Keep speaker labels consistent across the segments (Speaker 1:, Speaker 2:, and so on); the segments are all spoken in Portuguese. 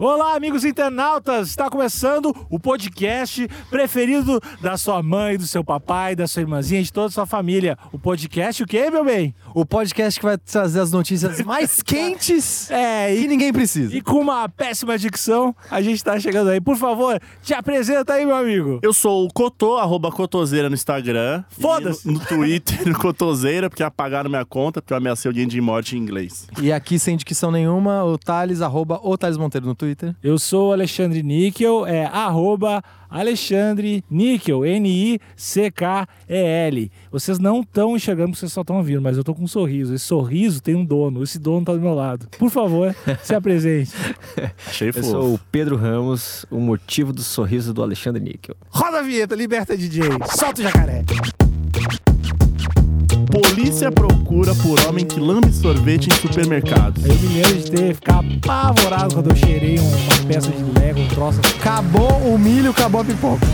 Speaker 1: Olá, amigos internautas! Está começando o podcast preferido da sua mãe, do seu papai, da sua irmãzinha, de toda a sua família. O podcast, o quê, meu bem?
Speaker 2: O podcast que vai trazer as notícias mais quentes
Speaker 1: É,
Speaker 2: que
Speaker 1: e,
Speaker 2: ninguém precisa.
Speaker 1: e com uma péssima dicção, a gente está chegando aí. Por favor, te apresenta aí, meu amigo.
Speaker 3: Eu sou o Cotô, arroba Cotoseira no Instagram. E
Speaker 1: Foda-se.
Speaker 3: No, no Twitter, no Cotoseira, porque apagaram minha conta, porque eu ameacei alguém de morte em inglês.
Speaker 2: E aqui, sem dicção nenhuma, o Thales, arroba o Thales Monteiro no Twitter.
Speaker 1: Eu sou o Alexandre Níquel, é arroba Alexandre Níquel, N-I-C-K-E-L. Vocês não estão enxergando, vocês só estão ouvindo, mas eu tô com um sorriso. Esse sorriso tem um dono, esse dono tá do meu lado. Por favor, se apresente.
Speaker 3: Achei
Speaker 1: é
Speaker 4: Eu
Speaker 3: fofo.
Speaker 4: sou o Pedro Ramos, o motivo do sorriso do Alexandre Níquel.
Speaker 1: Roda a vinheta, liberta DJ, solta o jacaré.
Speaker 3: Polícia procura por homem que lambe sorvete em supermercados.
Speaker 1: Eu me lembro de ter ficado apavorado quando eu cheirei um- uma peça de Lego, um troço assim.
Speaker 2: Acabou o milho, acabou a pipoca.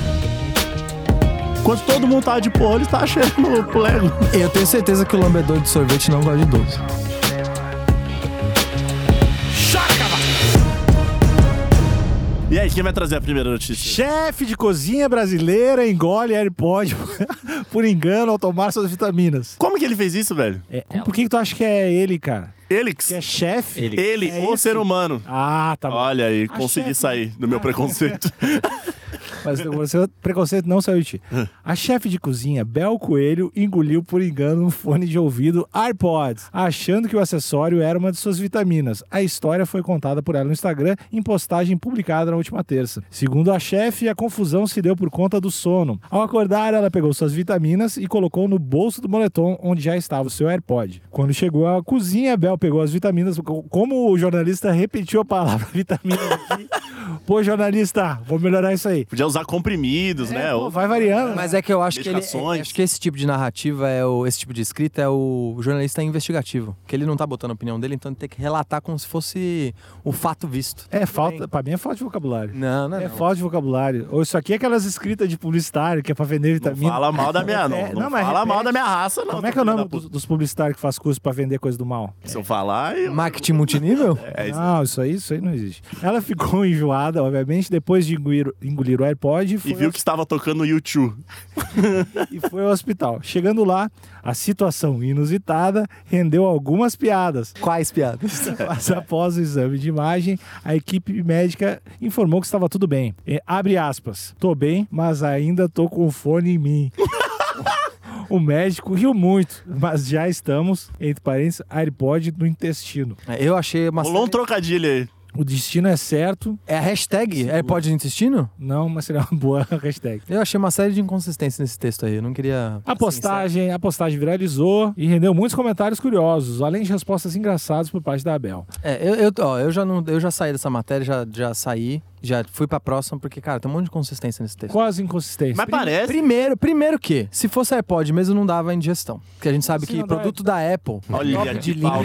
Speaker 3: Enquanto todo mundo
Speaker 1: tá
Speaker 3: tava de porra, eles estavam cheirando o Lego.
Speaker 2: Eu tenho certeza que o lambedor de sorvete não gosta de doce.
Speaker 3: E aí, quem vai trazer a primeira notícia?
Speaker 1: Chefe de cozinha brasileira engole AirPod por engano ao tomar suas vitaminas.
Speaker 3: Como que ele fez isso, velho?
Speaker 1: É, por que, que tu acha que é ele, cara?
Speaker 3: Elix.
Speaker 1: Que é chefe?
Speaker 4: Ele.
Speaker 3: Ele,
Speaker 1: É
Speaker 3: o
Speaker 1: isso?
Speaker 3: ser humano.
Speaker 1: Ah, tá bom.
Speaker 3: Olha aí,
Speaker 1: A chefe-
Speaker 3: consegui
Speaker 1: né?
Speaker 3: sair do meu preconceito.
Speaker 1: Mas o seu preconceito não saiu de ti. A chefe de cozinha, Bel Coelho, engoliu por engano um fone de ouvido AirPods, achando que o acessório era uma de suas vitaminas. A história foi contada por ela no Instagram em postagem publicada na última terça. Segundo a chefe, a confusão se deu por conta do sono. Ao acordar, ela pegou suas vitaminas e colocou no bolso do moletom onde já estava o seu AirPod. Quando chegou à cozinha, Bel pegou as vitaminas. Como o jornalista repetiu a palavra vitamina aqui, pô, jornalista, vou melhorar isso aí.
Speaker 3: Podia usar comprimidos, né?
Speaker 1: É, Pô, vai variando.
Speaker 2: Mas é que eu acho que ele.
Speaker 3: Medicações.
Speaker 2: Acho que esse tipo de narrativa, é o, esse tipo de escrita é o jornalista investigativo. Que ele não tá botando a opinião dele, então ele tem que relatar como se fosse o fato visto.
Speaker 1: É falta, pra mim é falta de vocabulário.
Speaker 2: Não, não,
Speaker 1: é
Speaker 2: não.
Speaker 1: falta de vocabulário. Ou isso aqui é aquelas escritas de publicitário que é pra vender
Speaker 3: Não
Speaker 1: vitamina.
Speaker 3: fala mal da minha, não.
Speaker 1: É,
Speaker 3: Não,
Speaker 1: não, mas
Speaker 3: fala mal
Speaker 1: repete.
Speaker 3: da minha raça, não.
Speaker 1: Como é que é o nome dos, dos publicitários que faz curso pra vender coisa do mal?
Speaker 3: Se eu falar, eu...
Speaker 2: Marketing multinível?
Speaker 3: É isso.
Speaker 1: não, isso aí, isso aí não existe. Ela ficou enjoada, obviamente, depois de engolir, engolir o AirPod e foi,
Speaker 3: E viu que estava tocando o YouTube.
Speaker 1: e foi ao hospital. Chegando lá, a situação inusitada rendeu algumas piadas.
Speaker 2: Quais piadas?
Speaker 1: Mas após o exame de imagem, a equipe médica informou que estava tudo bem. E, abre aspas. Tô bem, mas ainda tô com o fone em mim. O médico riu muito, mas já estamos, entre parênteses, AirPod no intestino.
Speaker 2: Eu achei uma.
Speaker 3: Rolou um trocadilho aí.
Speaker 1: O destino é certo,
Speaker 2: É a hashtag AirPod no intestino?
Speaker 1: não, mas seria uma boa hashtag.
Speaker 2: Eu achei uma série de inconsistências nesse texto aí. Eu não queria.
Speaker 1: A postagem, a postagem viralizou e rendeu muitos comentários curiosos, além de respostas engraçadas por parte da Abel.
Speaker 2: É, eu, eu, ó, eu, já não, eu já saí dessa matéria, já, já saí, já fui pra próxima, porque, cara, tem um monte de inconsistência nesse texto.
Speaker 1: Quase inconsistência.
Speaker 3: Mas parece.
Speaker 2: Primeiro, primeiro que, se fosse iPod mesmo, não dava indigestão. Porque a gente sabe
Speaker 1: Se
Speaker 2: que
Speaker 1: não dá-
Speaker 2: produto da Apple.
Speaker 3: Olha de pau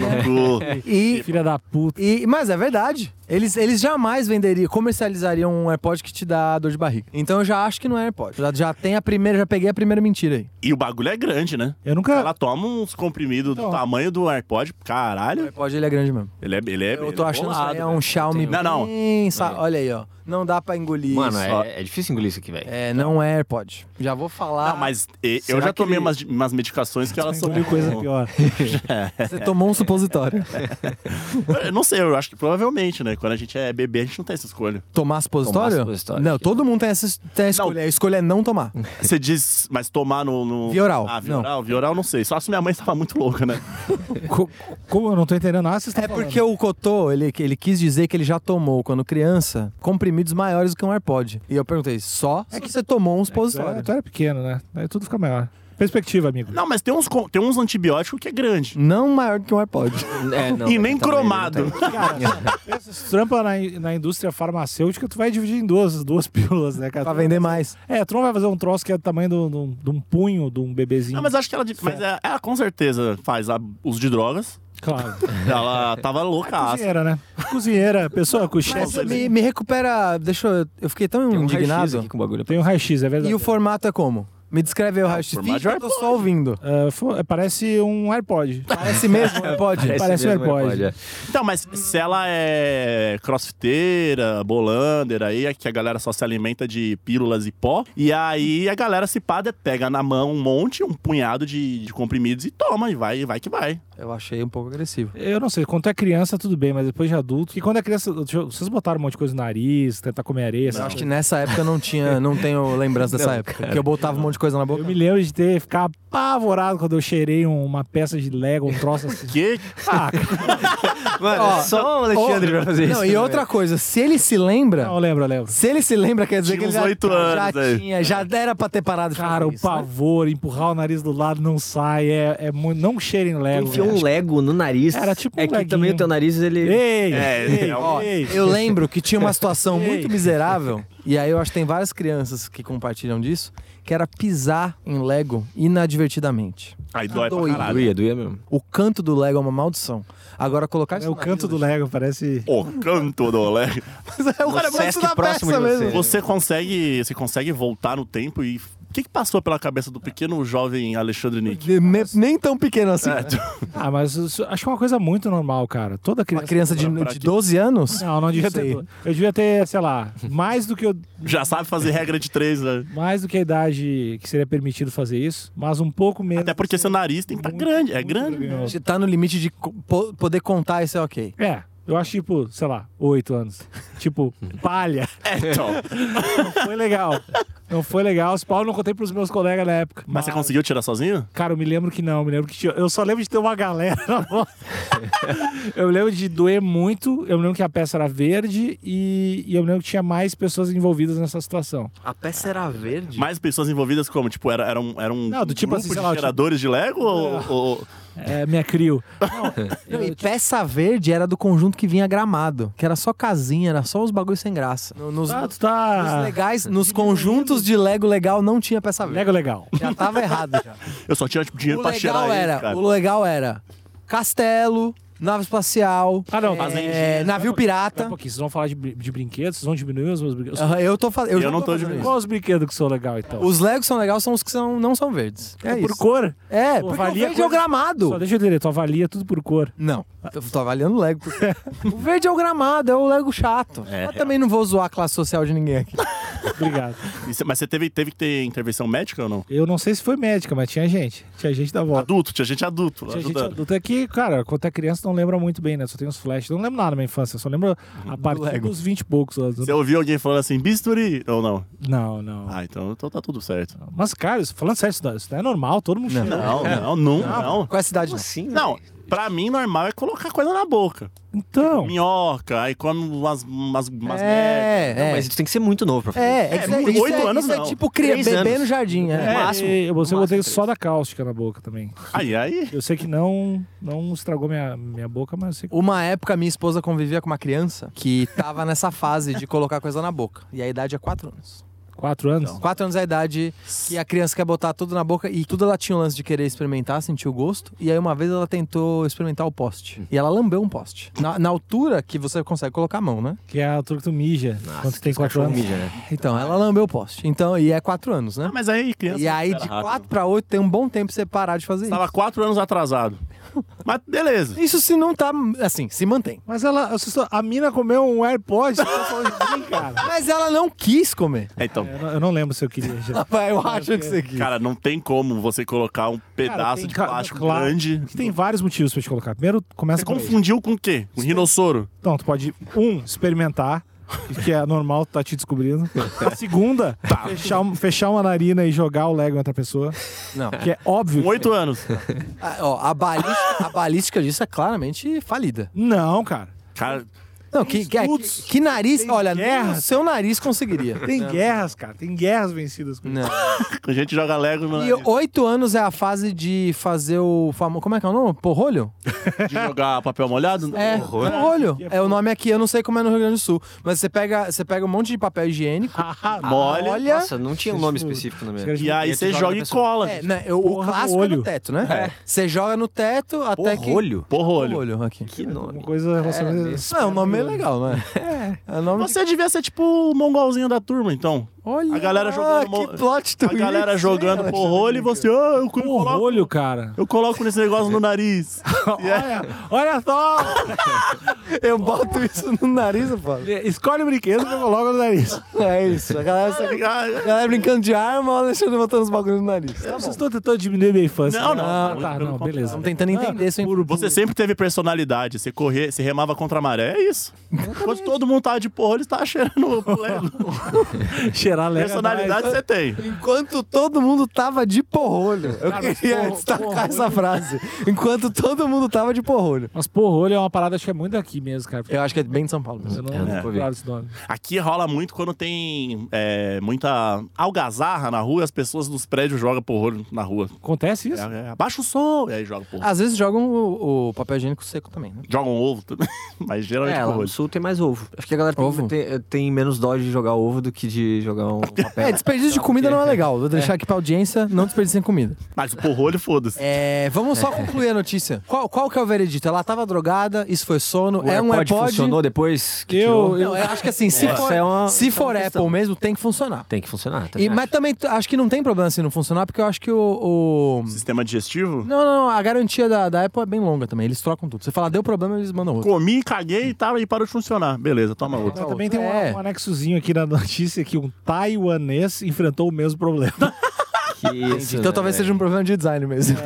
Speaker 3: no
Speaker 1: É.
Speaker 3: cu.
Speaker 2: E,
Speaker 1: Filha da puta.
Speaker 2: e. Mas é verdade. Eles, eles jamais venderiam, comercializariam um AirPod que te dá dor de barriga. Então eu já acho que não é AirPod. Já, já tem a primeira, já peguei a primeira mentira aí.
Speaker 3: E o bagulho é grande, né?
Speaker 1: Eu nunca.
Speaker 3: Ela toma uns comprimidos do
Speaker 1: Então.
Speaker 3: tamanho do AirPod.
Speaker 2: O
Speaker 3: Caralho.
Speaker 2: AirPod ele é grande mesmo.
Speaker 3: Ele é. Ele é
Speaker 2: Eu tô
Speaker 3: ele é
Speaker 2: achando
Speaker 3: bolado,
Speaker 2: que é
Speaker 3: velho.
Speaker 2: um Xiaomi.
Speaker 3: Não, não.
Speaker 2: bem sa- Olha aí, ó. Não dá pra engolir
Speaker 4: Mano,
Speaker 2: isso.
Speaker 4: é, é difícil engolir isso aqui, velho.
Speaker 2: É, não é AirPod. Já vou falar.
Speaker 3: Não, mas e- eu
Speaker 4: Será
Speaker 3: já
Speaker 4: que
Speaker 3: tomei
Speaker 4: ele-
Speaker 3: umas, umas medicações que elas são.
Speaker 1: Descobriu coisa pior.
Speaker 2: Você tomou um supositório.
Speaker 3: Eu não sei, eu acho que provavelmente, né? Quando a gente é bebê, a gente não tem essa escolha.
Speaker 2: Tomar supositório?
Speaker 4: Tomar supositório.
Speaker 2: Não, todo mundo tem essa, tem essa escolha. A escolha é não tomar.
Speaker 3: Você diz, mas tomar no. no...
Speaker 2: Via oral,
Speaker 3: Ah, via
Speaker 2: não.
Speaker 3: oral, via oral, não sei. Só se minha mãe estava muito louca, né?
Speaker 1: Co- Como eu não tô entendendo nada, vocês estão
Speaker 2: É porque o Cotô, ele, ele quis dizer que ele já tomou, quando criança, comprimidos maiores do que um AirPod. E eu perguntei, só se você tomou um
Speaker 1: É,
Speaker 2: supositório.
Speaker 1: tu era pequeno, né? Aí tudo fica maior. Perspectiva, amigo.
Speaker 3: Não, mas tem uns, co- tem uns antibióticos que é grande.
Speaker 2: Não maior do que um AirPod.
Speaker 4: É,
Speaker 3: e
Speaker 4: não, velho,
Speaker 3: nem
Speaker 4: também não
Speaker 3: cromado.
Speaker 4: tem.
Speaker 1: Se tu trampa na, in- na indústria farmacêutica, tu vai dividir em duas, duas pílulas, né, cara?
Speaker 2: pra vender mais.
Speaker 1: É, tu não vai fazer um troço que é do tamanho de um- de um- de um punho de um bebezinho.
Speaker 3: Não, mas acho que ela. Mas é- ela com certeza faz a- uso de drogas.
Speaker 1: Claro.
Speaker 3: Ela tava louca.
Speaker 1: Cozinheira, né? Cozinheira, pessoa com
Speaker 2: Mas
Speaker 1: chefe.
Speaker 2: me, me recupera... Deixa eu... Eu fiquei tão
Speaker 4: Tem um raio-x
Speaker 2: indignado.
Speaker 4: aqui com o bagulho.
Speaker 1: Tem um raio-x, é verdade.
Speaker 2: E o formato é como? Me descreve aí o resto.
Speaker 3: formato
Speaker 2: Finge
Speaker 3: de
Speaker 2: que eu tô só ouvindo.
Speaker 1: Ah, fo- parece um AirPod.
Speaker 2: Parece mesmo, pode.
Speaker 1: Parece um
Speaker 4: mesmo
Speaker 1: AirPod.
Speaker 4: é.
Speaker 3: Então, mas se ela é crossfiteira, bolander, aí é que a galera só se alimenta de pílulas e pó, e aí a galera se pada, pega na mão um monte, um punhado de, de comprimidos e toma, e vai, e vai que vai.
Speaker 2: Eu achei um pouco agressivo.
Speaker 1: Eu não sei, quando é criança, tudo bem, mas depois de adulto. E quando é criança, deixa eu- vocês botaram um monte de coisa no nariz, tentar comer areia,
Speaker 2: Eu
Speaker 1: essas
Speaker 2: acho que
Speaker 1: coisas.
Speaker 2: nessa época eu não tinha, não tenho lembrança dessa época. Porque eu botava um monte de coisa na boca.
Speaker 1: Eu me lembro de ter ficado apavorado quando eu cheirei um- uma peça de Lego, um troço assim.
Speaker 3: Que
Speaker 1: ah,
Speaker 4: Mano,
Speaker 2: Ó,
Speaker 4: só o Alexandre
Speaker 2: ó,
Speaker 4: vai fazer isso.
Speaker 2: Não, e
Speaker 4: né,
Speaker 2: outra
Speaker 4: velho?
Speaker 2: coisa, se ele se lembra.
Speaker 1: não, eu lembro, eu lembro.
Speaker 2: Se ele se lembra, quer dizer
Speaker 3: Tinha
Speaker 2: que ele
Speaker 3: uns
Speaker 2: já,
Speaker 3: oito anos
Speaker 2: já
Speaker 3: aí.
Speaker 2: tinha, já era pra ter parado de
Speaker 1: Cara,
Speaker 2: fazer
Speaker 1: o
Speaker 2: isso, né?
Speaker 1: pavor, empurrar o nariz do lado não sai, é, é mu- não cheirem Lego.
Speaker 4: Enfiou
Speaker 1: velho.
Speaker 4: um Lego no nariz.
Speaker 1: Era tipo um
Speaker 4: É que
Speaker 1: leguinho.
Speaker 4: também o teu nariz, ele...
Speaker 1: Ei,
Speaker 3: É,
Speaker 1: ei,
Speaker 3: é um-
Speaker 1: ó,
Speaker 3: Ei.
Speaker 2: Eu lembro que tinha uma situação muito miserável, e aí eu acho que tem várias crianças que compartilham disso, que era pisar em Lego inadvertidamente.
Speaker 3: Aí dói pra
Speaker 2: Doido.
Speaker 3: caralho.
Speaker 4: Doía, doía mesmo.
Speaker 2: O canto do Lego é uma maldição. Agora colocar isso
Speaker 1: É o
Speaker 2: no nariz,
Speaker 1: canto do Lego, parece.
Speaker 3: O canto do Lego.
Speaker 2: É o cara
Speaker 4: No
Speaker 2: vai
Speaker 4: Sesc
Speaker 2: estudar
Speaker 4: próximo
Speaker 2: peça
Speaker 4: de você.
Speaker 2: mesmo.
Speaker 3: Você consegue, você consegue voltar no tempo e o que, que passou pela cabeça do pequeno jovem Alexandre Nick?
Speaker 2: Ne- Nem tão pequeno assim.
Speaker 1: Ah, mas isso- acho que é uma coisa muito normal, cara. Toda
Speaker 2: Uma
Speaker 1: criança.
Speaker 2: criança de, de 12 anos?
Speaker 1: Não, não devia
Speaker 2: Não
Speaker 1: ter.
Speaker 2: sei.
Speaker 1: Eu devia ter, sei lá, mais do que eu
Speaker 3: Já sabe fazer regra de três, né?
Speaker 1: mais do que a idade que seria permitido fazer isso, mas um pouco menos.
Speaker 3: Até porque seu nariz tem que estar
Speaker 1: Muito,
Speaker 3: grande, é
Speaker 1: muito
Speaker 3: grande. né?
Speaker 1: vergonhoso.
Speaker 2: Tá no limite de co- po- poder contar isso é ok.
Speaker 1: É, eu acho tipo, sei lá, oito anos. Tipo, palha.
Speaker 3: É, então.
Speaker 1: Não foi legal. Não foi legal. Esse pau eu não contei pros meus colegas na época.
Speaker 3: Mas você conseguiu tirar sozinho?
Speaker 1: Cara, eu me lembro que não, eu me lembro que tinha- Eu só lembro de ter uma galera na volta. Eu me lembro de doer muito, eu me lembro que a peça era verde e, e eu me lembro que tinha mais pessoas envolvidas nessa situação.
Speaker 4: A peça era verde.
Speaker 3: Mais pessoas envolvidas como? Tipo, era, era um, era um
Speaker 1: Não, do tipo
Speaker 3: grupo
Speaker 1: assim, sei
Speaker 3: de
Speaker 1: lá,
Speaker 3: geradores de Lego? Ou, ou-
Speaker 1: É, minha tipo, crio.
Speaker 2: Não, e peça verde era do conjunto que vinha gramado, que era só casinha, era só os bagulhos sem graça. No- Nos,
Speaker 1: Ah, tu
Speaker 2: nos
Speaker 1: tá.
Speaker 2: legais, nos conjuntos de Lego legal não tinha peça verde.
Speaker 1: Lego legal.
Speaker 2: Já tava errado já.
Speaker 3: Eu só tinha tipo, dinheiro
Speaker 2: O
Speaker 3: pra cheirar
Speaker 2: legal
Speaker 3: ele,
Speaker 2: era,
Speaker 3: cara.
Speaker 2: o legal era castelo, nave espacial,
Speaker 1: Ah, não,
Speaker 2: é,
Speaker 1: fazendinha. Pera
Speaker 2: navio
Speaker 1: um
Speaker 2: pirata.
Speaker 1: pouquinho, vocês vão falar de, brin- de brinquedos, vocês vão diminuir os meus brinquedos.
Speaker 2: Aham, Eu tô fazendo.
Speaker 3: Eu
Speaker 2: já
Speaker 3: não tô
Speaker 2: fazendo
Speaker 3: de
Speaker 2: isso.
Speaker 1: Qual os brinquedos que são legal, então?
Speaker 2: Os Legos são legais, são os que são, não são verdes. É
Speaker 1: por
Speaker 2: isso.
Speaker 1: cor?
Speaker 2: É,
Speaker 1: Pô,
Speaker 2: porque o
Speaker 1: avalia
Speaker 2: verde é o
Speaker 1: coisa-
Speaker 2: gramado.
Speaker 1: Só deixa eu direito, tu avalia tudo por cor.
Speaker 2: Não, eu tô avaliando o Lego. porque- o verde é o gramado, é o Lego chato. Mas também não vou zoar a classe social de ninguém aqui.
Speaker 1: Obrigado.
Speaker 3: E cê- Mas você teve, teve que ter intervenção médica ou não?
Speaker 1: Eu não sei se foi médica, mas tinha gente. Tinha gente da volta.
Speaker 3: Adulto, tinha gente adulto lá
Speaker 1: Tinha gente
Speaker 3: ajudando.
Speaker 1: adulta que, cara, quando é criança não lembra muito bem, né? Só tem uns flashes. Eu Não lembro nada da minha infância, só lembro a partir
Speaker 2: Lego.
Speaker 1: dos 20 e poucos. anos.
Speaker 3: Você ouviu alguém falando assim, bisturi? Ou não?
Speaker 1: Não, não.
Speaker 3: Ah, então, então tá tudo certo.
Speaker 1: Mas, cara, isso- falando sério, isso não, isso não é normal, todo mundo cheira.
Speaker 3: Não, não, não, não.
Speaker 2: Qual é a cidade?
Speaker 4: Como
Speaker 2: não?
Speaker 4: assim?
Speaker 3: Não, pra mim normal é colocar coisa na boca.
Speaker 1: Então,
Speaker 3: Minhoca, aí come umas, umas, umas merda.
Speaker 2: É, é.
Speaker 4: Mas tu tem que ser muito novo pra fazer isso.
Speaker 2: É, é,
Speaker 3: É,
Speaker 2: que isso
Speaker 3: muito-
Speaker 2: isso
Speaker 3: oito anos
Speaker 2: isso é
Speaker 3: não.
Speaker 2: tipo cria,
Speaker 4: Três
Speaker 2: bebê
Speaker 4: anos.
Speaker 2: no jardim, é.
Speaker 4: É.
Speaker 1: máximo, eu você
Speaker 4: máximo
Speaker 1: botei
Speaker 4: três.
Speaker 1: só da cáustica na boca também.
Speaker 3: Aí, aí.
Speaker 1: Eu sei que não, não estragou minha, minha boca, mas eu sei que.
Speaker 2: Uma época minha esposa convivia com uma criança que tava nessa fase de colocar coisa na boca. E a idade é 4 anos.
Speaker 1: Quatro anos?
Speaker 2: 4 anos é a idade que a criança quer botar tudo na boca e tudo ela tinha o lance de querer experimentar, sentir o gosto. E aí uma vez ela tentou experimentar o poste. E ela lambeu um poste. Na, na altura que você consegue colocar a mão, né?
Speaker 1: Que é a altura que tu mija. quando tu tem quatro
Speaker 4: Cachorro
Speaker 1: anos.
Speaker 4: mídia, né?
Speaker 2: Então, ela lambeu o poste. Então, e é 4 anos, né?
Speaker 3: Ah, mas aí, criança.
Speaker 2: E aí,
Speaker 3: era
Speaker 2: de
Speaker 3: rápido.
Speaker 2: 4 pra 8, tem um bom tempo pra você parar de fazer isso.
Speaker 3: Tava quatro anos atrasado. Mas beleza.
Speaker 2: Isso se não tá, assim, se mantém.
Speaker 1: Mas ela. assustou- A mina comeu um AirPod. eu falo, "Ih, assim, cara."
Speaker 2: Mas ela não quis comer.
Speaker 3: É, Então,
Speaker 1: Eu não- eu não lembro se eu queria.
Speaker 3: Um
Speaker 1: já.
Speaker 2: Rapaz, eu acho que você quis.
Speaker 3: Cara, não tem como você colocar um
Speaker 1: Cara,
Speaker 3: pedaço
Speaker 1: tem
Speaker 3: de
Speaker 1: ca-
Speaker 3: plástico
Speaker 1: claro,
Speaker 3: grande.
Speaker 1: que Tem vários motivos pra te colocar. Primeiro, começa
Speaker 3: Você
Speaker 1: com.
Speaker 3: confundiu com o quê? Um rinossoro.
Speaker 1: Então, tu pode, um, experimentar, que é normal, tu tá te descobrindo. A segunda,
Speaker 3: Tá.
Speaker 1: fechar, um- fechar uma narina e jogar o Lego em outra pessoa,
Speaker 2: Não.
Speaker 1: que é óbvio.
Speaker 3: Com oito anos.
Speaker 2: Ah, ó, a, balística, a balística disso é claramente falida.
Speaker 1: Não, cara.
Speaker 3: Cara,
Speaker 2: Não, que, que,
Speaker 1: Estudos.
Speaker 2: que nariz. olha, nem
Speaker 1: guerra.
Speaker 2: o seu nariz conseguiria.
Speaker 1: Tem guerras, cara. Tem guerras vencidas com
Speaker 2: Não.
Speaker 3: a gente joga Lego no
Speaker 2: E oito anos é a fase de fazer o famoso. Como é que é o nome? Porrolho?
Speaker 3: de jogar papel molhado?
Speaker 2: É,
Speaker 3: Horror.
Speaker 2: porrolho. É o nome aqui, eu não sei como é no Rio Grande do Sul. Mas você pega, você pega um monte de papel higiênico.
Speaker 1: Ah,
Speaker 3: Molha.
Speaker 2: Olha.
Speaker 4: Nossa, não tinha um nome específico na minha.
Speaker 1: isso.
Speaker 3: E aí
Speaker 4: E
Speaker 3: você
Speaker 4: tu joga
Speaker 3: joga
Speaker 4: na
Speaker 3: e
Speaker 4: pessoa.
Speaker 3: cola.
Speaker 2: É, né, eu- o
Speaker 1: Porra no
Speaker 2: clássico é
Speaker 1: olho.
Speaker 2: no teto, né? Você joga no teto até que.
Speaker 4: Porrolho?
Speaker 3: Por olho.
Speaker 2: Porrolho aqui. Ah, um
Speaker 4: Que
Speaker 1: Uma
Speaker 4: nome. É,
Speaker 1: coisa relacionada.
Speaker 2: Não, o nome é legal, né? É. o nome
Speaker 3: Você devia ser tipo o mongolzinho da turma, então.
Speaker 2: Olha,
Speaker 3: A galera jogando mo-
Speaker 2: que plot
Speaker 3: A galera jogando por rolho e você, ah, eu coloco,
Speaker 1: Porrolho, Um cara.
Speaker 3: eu coloco nesse negócio no nariz. E aí-
Speaker 1: Olha só!
Speaker 2: Eu boto isso no nariz, pô.
Speaker 1: Escolhe o brinquedo que eu coloco no nariz.
Speaker 2: É isso. A galera, a galera brincando de arma, o Alexandre botando os bagulhos no nariz. Tá
Speaker 1: Vocês estão tentando diminuir minha infância.
Speaker 3: Não, não,
Speaker 1: Ah,
Speaker 3: não,
Speaker 1: tá,
Speaker 3: pelo
Speaker 1: não,
Speaker 3: contrário.
Speaker 1: beleza.
Speaker 2: Estamos tentando entender seu
Speaker 1: Puro,
Speaker 3: Você sempre teve personalidade, você corria, você remava contra a maré, é isso. Quando todo mundo tá de porra, ele tá cheirando o lego.
Speaker 1: cheirar leve.
Speaker 3: Personalidade você tem.
Speaker 2: Enquanto todo mundo tava de porrolho. Eu
Speaker 1: Cara, mas
Speaker 2: queria
Speaker 1: porro-
Speaker 2: destacar
Speaker 1: porrolho-
Speaker 2: essa frase. Enquanto todo mundo tava de porrolho.
Speaker 1: Mas porrolho é uma parada acho que é muito aqui mesmo, cara.
Speaker 2: Eu acho que é bem de São Paulo.
Speaker 1: Eu
Speaker 2: Mesmo.
Speaker 1: não
Speaker 4: É, nunca vi.
Speaker 1: lembro esse nome.
Speaker 3: Aqui rola muito quando tem é, muita algazarra na rua e as pessoas dos prédios jogam porrolho na rua.
Speaker 1: Acontece isso?
Speaker 3: É, é, abaixa o som, e aí joga porrolho.
Speaker 2: Às vezes jogam o, o papel higiênico seco também, né?
Speaker 3: Jogam ovo, tudo. mas geralmente
Speaker 4: É, lá no
Speaker 3: porrolho.
Speaker 4: sul tem mais ovo. Acho que a galera
Speaker 2: Ovo?
Speaker 4: tem, tem- tem menos dó de jogar ovo do que de jogar um papel.
Speaker 2: É, desperdício de comida não é legal. Vou deixar aqui pra audiência, não desperdicem comida.
Speaker 3: Mas o porrolho, foda-se.
Speaker 2: É, vamos só concluir a notícia. Qual, qual que é o veredito? Ela tava drogada, isso foi sono,
Speaker 4: O
Speaker 2: é um
Speaker 4: AirPod
Speaker 2: iPod...
Speaker 4: funcionou depois? que
Speaker 1: Eu-
Speaker 4: tirou?
Speaker 2: Não, eu acho que assim, se
Speaker 4: Essa
Speaker 2: for,
Speaker 4: é uma-
Speaker 2: se
Speaker 4: essa é
Speaker 2: for
Speaker 4: uma questão.
Speaker 2: Apple mesmo, tem que funcionar.
Speaker 4: Tem que funcionar. tá também
Speaker 2: E, mas
Speaker 4: acho.
Speaker 2: também t- acho que não tem problema se não funcionar, porque eu acho que o. o-
Speaker 3: Sistema digestivo?
Speaker 2: Não, não, a garantia da, da Apple é bem longa também. Eles trocam tudo. Você fala, deu problema, eles mandam outro.
Speaker 3: Comi, caguei e tal, e parou de funcionar. Beleza, toma outro.
Speaker 1: Mas também tem um,
Speaker 2: É.
Speaker 1: um anexozinho aqui na notícia que um taiwanês enfrentou o mesmo problema.
Speaker 4: Que isso, é,
Speaker 2: então talvez
Speaker 4: velho.
Speaker 2: seja um problema de design mesmo.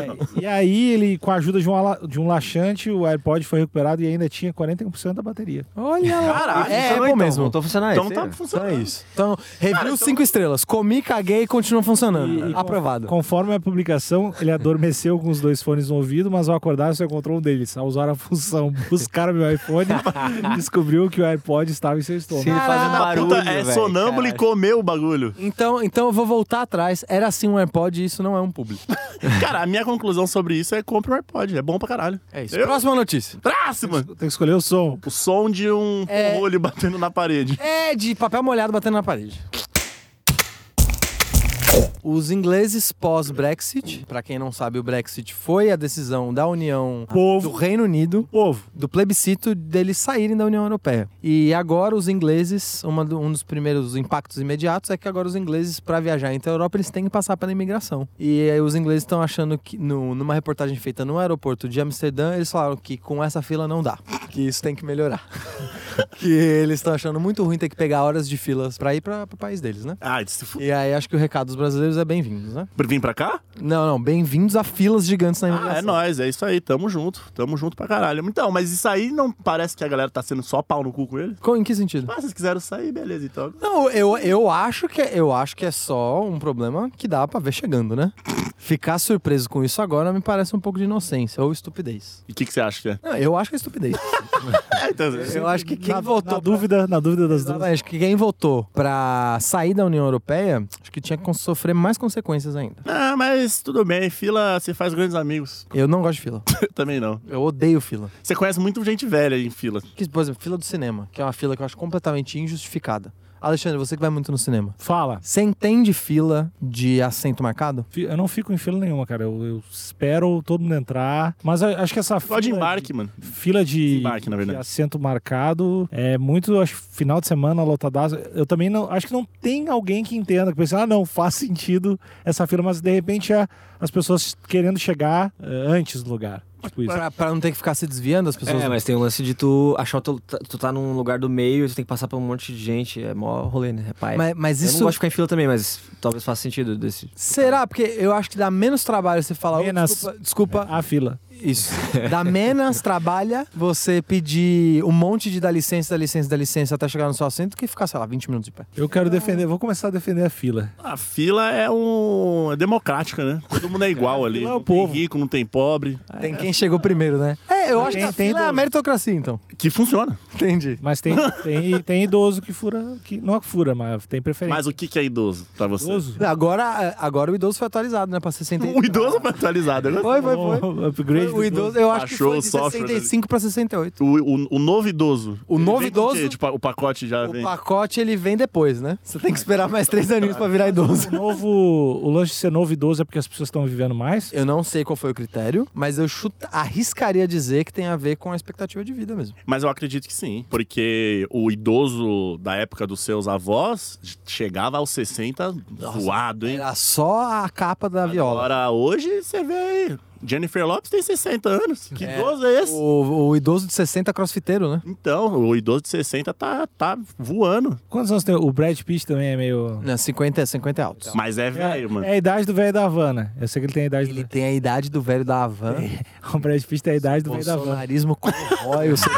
Speaker 1: E aí, ele, com a ajuda de um, ala- de um laxante, o AirPod foi recuperado e ainda tinha 41% da bateria.
Speaker 2: Olha lá.
Speaker 3: Caralho,
Speaker 2: é
Speaker 4: Funcionou,
Speaker 2: Apple
Speaker 4: então, é
Speaker 2: mesmo.
Speaker 4: Voltou a funcionar.
Speaker 3: Então
Speaker 4: esse
Speaker 3: tá
Speaker 4: aí.
Speaker 3: funcionando. isso.
Speaker 2: Então, review 5 estrelas. Comi, caguei e continua funcionando.
Speaker 1: E- e-
Speaker 2: Aprovado.
Speaker 1: Conforme a publicação, ele adormeceu com os dois fones no ouvido, mas ao acordar só encontrou um deles. Ao usar a função buscar meu iPhone, descobriu que o AirPod estava em seu estômago.
Speaker 4: Se ele faz um barulho,
Speaker 3: Puta, é
Speaker 4: velho,
Speaker 3: sonâmbulo e
Speaker 4: cara.
Speaker 3: comeu o bagulho.
Speaker 2: Então, então eu vou voltar atrás. Era assim um AirPod e isso não é um público.
Speaker 3: Cara, a minha conclusão sobre isso é compre um iPod. É bom pra caralho.
Speaker 2: É isso.
Speaker 3: Eu-
Speaker 2: Próxima notícia.
Speaker 3: Traço, mano.
Speaker 1: Tem que escolher o som.
Speaker 3: O som de um
Speaker 2: É.
Speaker 3: porrolho batendo na parede.
Speaker 2: É de papel molhado batendo na parede. Os ingleses pós-Brexit, pra quem não sabe, o Brexit foi a decisão da União
Speaker 1: Povo.
Speaker 2: do Reino Unido,
Speaker 1: Povo.
Speaker 2: do plebiscito deles saírem da União Europeia. E agora os ingleses, uma do- um dos primeiros impactos imediatos é que agora os ingleses, pra viajar entre a Europa, eles têm que passar pela imigração. E aí os ingleses estão achando que, no- numa reportagem feita no aeroporto de Amsterdã, eles falaram que com essa fila não dá, que isso tem que melhorar. que eles estão achando muito ruim ter que pegar horas de filas pra ir para o país deles, né?
Speaker 3: Ah, se fu...
Speaker 2: E aí acho que o recado dos brasileiros é bem-vindos, né?
Speaker 3: Vim pra cá?
Speaker 2: Não, não, bem-vindos a filas gigantes na imigração.
Speaker 3: Ah, é nóis, é isso aí. Tamo junto. Tamo junto pra caralho. Então, mas isso aí não parece que a galera tá sendo só pau no cu com ele?
Speaker 2: Co- Em que sentido?
Speaker 3: Ah, vocês quiseram sair, beleza, então.
Speaker 2: Não, eu, eu, acho que, eu acho que é só um problema que dá pra ver chegando, né? Ficar surpreso com isso agora me parece um pouco de inocência ou estupidez.
Speaker 3: E o que, que você acha que é?
Speaker 2: Não, eu acho que é estupidez.
Speaker 3: É, então,
Speaker 2: Eu acho que quem
Speaker 1: na,
Speaker 2: votou.
Speaker 1: na dúvida, na dúvida das duas.
Speaker 2: Exatamente, acho que quem votou pra sair da União Europeia, acho que tinha que con- sofrer mais consequências ainda.
Speaker 3: Ah, mas tudo bem, fila, você faz grandes amigos.
Speaker 2: Eu não gosto de fila.
Speaker 3: Eu também não.
Speaker 2: Eu odeio fila.
Speaker 3: Você conhece muito gente velha em fila.
Speaker 2: Que, por exemplo, fila do cinema, que é uma fila que eu acho completamente injustificada. Alexandre, você que vai muito no cinema.
Speaker 1: Fala.
Speaker 2: Você entende fila de assento marcado?
Speaker 1: Fi- Eu não fico em fila nenhuma, cara. Eu, eu espero todo mundo entrar. Mas eu acho que essa fila.
Speaker 3: Só de embarque, mano.
Speaker 1: fila de,
Speaker 3: Desembarque, na verdade.
Speaker 1: de assento marcado é muito, acho, final de semana lotadaço. Eu também não, acho que não tem alguém que entenda, que pense, ah, não, faz sentido essa fila, mas de repente é as pessoas querendo chegar eh, antes do lugar. Tipo isso.
Speaker 2: Pra, pra não ter que ficar se desviando das pessoas.
Speaker 4: É, mas tem o lance de tu achar que tu, tu tá num lugar do meio e tu tem que passar por um monte de gente. É mó rolê, né? É pai.
Speaker 2: Mas- mas
Speaker 4: Eu não
Speaker 2: isso
Speaker 4: gosto de ficar em fila também, mas talvez faça sentido desse.
Speaker 2: Será? Porque eu acho que dá menos trabalho você falar. "Ô,
Speaker 1: Menos.
Speaker 2: Desculpa, desculpa.
Speaker 1: A fila.
Speaker 2: Isso. Dá menos trabalho você pedir um monte de dá licença, dá licença, dá licença até chegar no seu assento que ficar, sei lá, 20 minutos de pé.
Speaker 1: Eu quero defender, vou começar a defender a fila.
Speaker 3: A fila é um. é democrática, né? Todo mundo é igual ali.
Speaker 1: fila é o
Speaker 3: não tem
Speaker 1: povo.
Speaker 3: rico, não tem pobre.
Speaker 2: Tem quem chegou primeiro, né? É, eu acho
Speaker 1: Tem-
Speaker 2: que a
Speaker 1: tem
Speaker 2: fila é a
Speaker 1: dois.
Speaker 2: meritocracia, então.
Speaker 3: Que funciona.
Speaker 2: Entendi.
Speaker 1: Mas tem, tem, tem idoso que fura, que não é que fura, mas tem preferência.
Speaker 3: Mas o que, que é idoso pra você?
Speaker 1: idoso?
Speaker 2: Agora, é, agora o idoso foi atualizado, né? Pra 60.
Speaker 3: O idoso foi atualizado. né?
Speaker 2: Foi, foi, foi.
Speaker 1: O upgrade
Speaker 2: O
Speaker 1: do
Speaker 2: idoso, eu acho que
Speaker 3: Baixou
Speaker 2: foi
Speaker 3: o
Speaker 2: de
Speaker 3: software dele.
Speaker 2: 65 pra 68.
Speaker 3: O, o, o novo idoso.
Speaker 2: O
Speaker 3: Ele
Speaker 2: novo
Speaker 3: vem com o
Speaker 2: idoso?
Speaker 3: quê? De pa- o pacote já
Speaker 2: O
Speaker 3: vem.
Speaker 2: pacote ele vem depois, né? Você tem que esperar mais três aninhos pra virar idoso.
Speaker 1: O novo, o lance de ser novo idoso é porque as pessoas estão vivendo mais?
Speaker 2: Eu não sei qual foi o critério, mas eu chuta, arriscaria dizer que tem a ver com a expectativa de vida mesmo.
Speaker 3: Mas eu acredito que sim, porque o idoso da época dos seus avós chegava aos 60 zoado, hein?
Speaker 2: Era só a capa da viola.
Speaker 3: Agora, hoje você vê aí, Jennifer Lopes tem 60 anos. Que idoso é esse?
Speaker 2: O, o idoso de 60 crossfiteiro, né?
Speaker 3: Então, o idoso de 60 tá, tá voando.
Speaker 1: Quantos anos tem? O Brad Pitt também é meio.
Speaker 2: Não, 50, é- 50 é alto.
Speaker 3: Mas é velho, mano.
Speaker 1: É a idade do velho da Havana. Eu sei que ele tem a idade
Speaker 2: Ele
Speaker 1: do.
Speaker 2: tem a idade do velho da Havan.
Speaker 1: É. O Brad Pitt tem a idade do velho da Havana.
Speaker 2: Bolsonarismo corrói o seu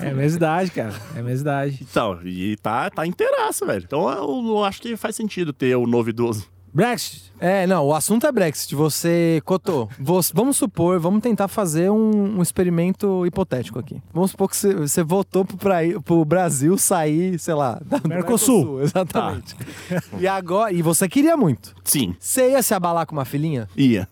Speaker 1: É a mesma idade, cara. É a mesma idade.
Speaker 3: Então, e tá, tá inteiraço, velho. Então eu, eu acho que faz sentido ter o novo idoso.
Speaker 1: Brexit!
Speaker 2: É, não, o assunto é Brexit. Você, Cotô, você- vamos supor, vamos tentar fazer um, um experimento hipotético aqui. Vamos supor que você, você votou pro, praí- pro Brasil sair, sei lá, da do
Speaker 1: Mercosul.
Speaker 2: Exatamente.
Speaker 3: Tá.
Speaker 2: E agora, e você queria muito.
Speaker 3: Sim,
Speaker 2: Você ia se abalar com uma filhinha?
Speaker 3: ia.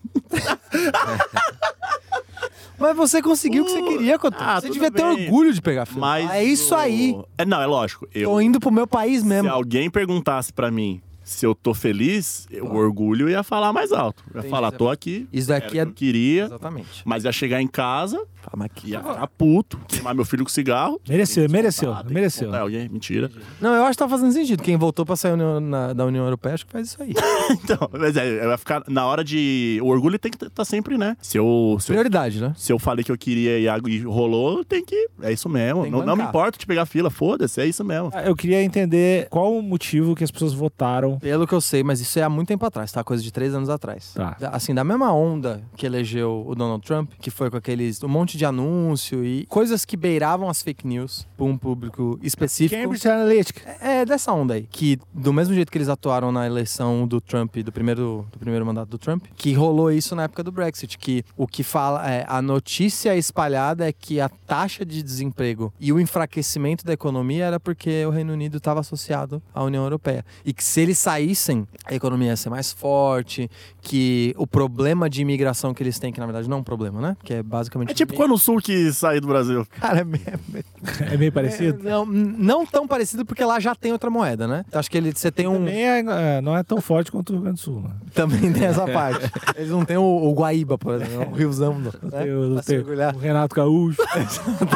Speaker 2: Mas você conseguiu o que você queria, Cotô.
Speaker 3: Ah,
Speaker 2: você
Speaker 3: tudo
Speaker 2: devia ter
Speaker 3: bem.
Speaker 2: orgulho de pegar a filha.
Speaker 3: Mas
Speaker 2: é isso
Speaker 3: o-
Speaker 2: aí.
Speaker 3: É, não, é lógico. Eu,
Speaker 2: Tô indo pro meu país
Speaker 3: se
Speaker 2: mesmo.
Speaker 3: alguém perguntasse pra mim se eu tô feliz, eu-
Speaker 2: Tá.
Speaker 3: o orgulho ia falar mais alto. Ia falar, tô aqui.
Speaker 2: Isso
Speaker 3: era o
Speaker 2: daqui
Speaker 3: que
Speaker 2: é.
Speaker 3: eu queria.
Speaker 2: Exatamente.
Speaker 3: Mas ia chegar em casa,
Speaker 2: Tá, mas que-
Speaker 3: ia ficar puto, queimar meu filho com cigarro.
Speaker 1: Mereceu, mereceu,
Speaker 3: Ah, tem que
Speaker 1: mereceu.
Speaker 3: contar alguém, mentira.
Speaker 2: Não, eu acho que tá fazendo sentido. Quem voltou pra sair União- na- da União Europeia, acho que faz isso aí.
Speaker 3: Então, mas é, eu ia ficar na hora de. O orgulho tem que estar sempre, né? Se eu, se eu
Speaker 2: Prioridade, né?
Speaker 3: Se eu falei que eu queria e algo- e rolou, tem que. É isso mesmo.
Speaker 2: Tem que
Speaker 3: Não, não me
Speaker 2: bancar.
Speaker 3: importa de pegar fila, foda-se, é isso mesmo.
Speaker 1: Ah, Eu queria entender qual o motivo que as pessoas votaram.
Speaker 2: Pelo que eu sei, mas isso é há muito tempo atrás, tá? Coisa de três anos atrás.
Speaker 1: Tá.
Speaker 2: Da- Assim, da mesma onda que elegeu o Donald Trump, que foi com aqueles. um monte de anúncio e coisas que beiravam as fake news pra um público específico.
Speaker 1: Cambridge Analytica.
Speaker 2: É dessa onda aí. Que do mesmo jeito que eles atuaram na eleição do Trump, do primeiro, do primeiro mandato do Trump, que rolou isso na época do Brexit. Que o que fala é a notícia espalhada é que a taxa de desemprego e o enfraquecimento da economia era porque o Reino Unido estava associado à União Europeia. E que se eles saíssem, a economia ia ser mais forte, que o problema de imigração que eles têm, que na verdade não é um problema, né? Que é basicamente.
Speaker 3: É tipo quando o Sul quis sair do Brasil.
Speaker 2: Cara, é
Speaker 1: É meio parecido?
Speaker 2: não, não tão parecido, porque lá já tem outra moeda, né? Então, acho que ele, você tem um.
Speaker 1: Também é- é, não é tão forte quanto o Rio Grande do Sul. né?
Speaker 2: Também tem essa parte. Eles não têm o, o Guaíba, por exemplo, o riozão. Né?
Speaker 1: Tem o-
Speaker 2: Pra se
Speaker 1: tem
Speaker 2: mergulhar.
Speaker 1: o Renato Gaúcho,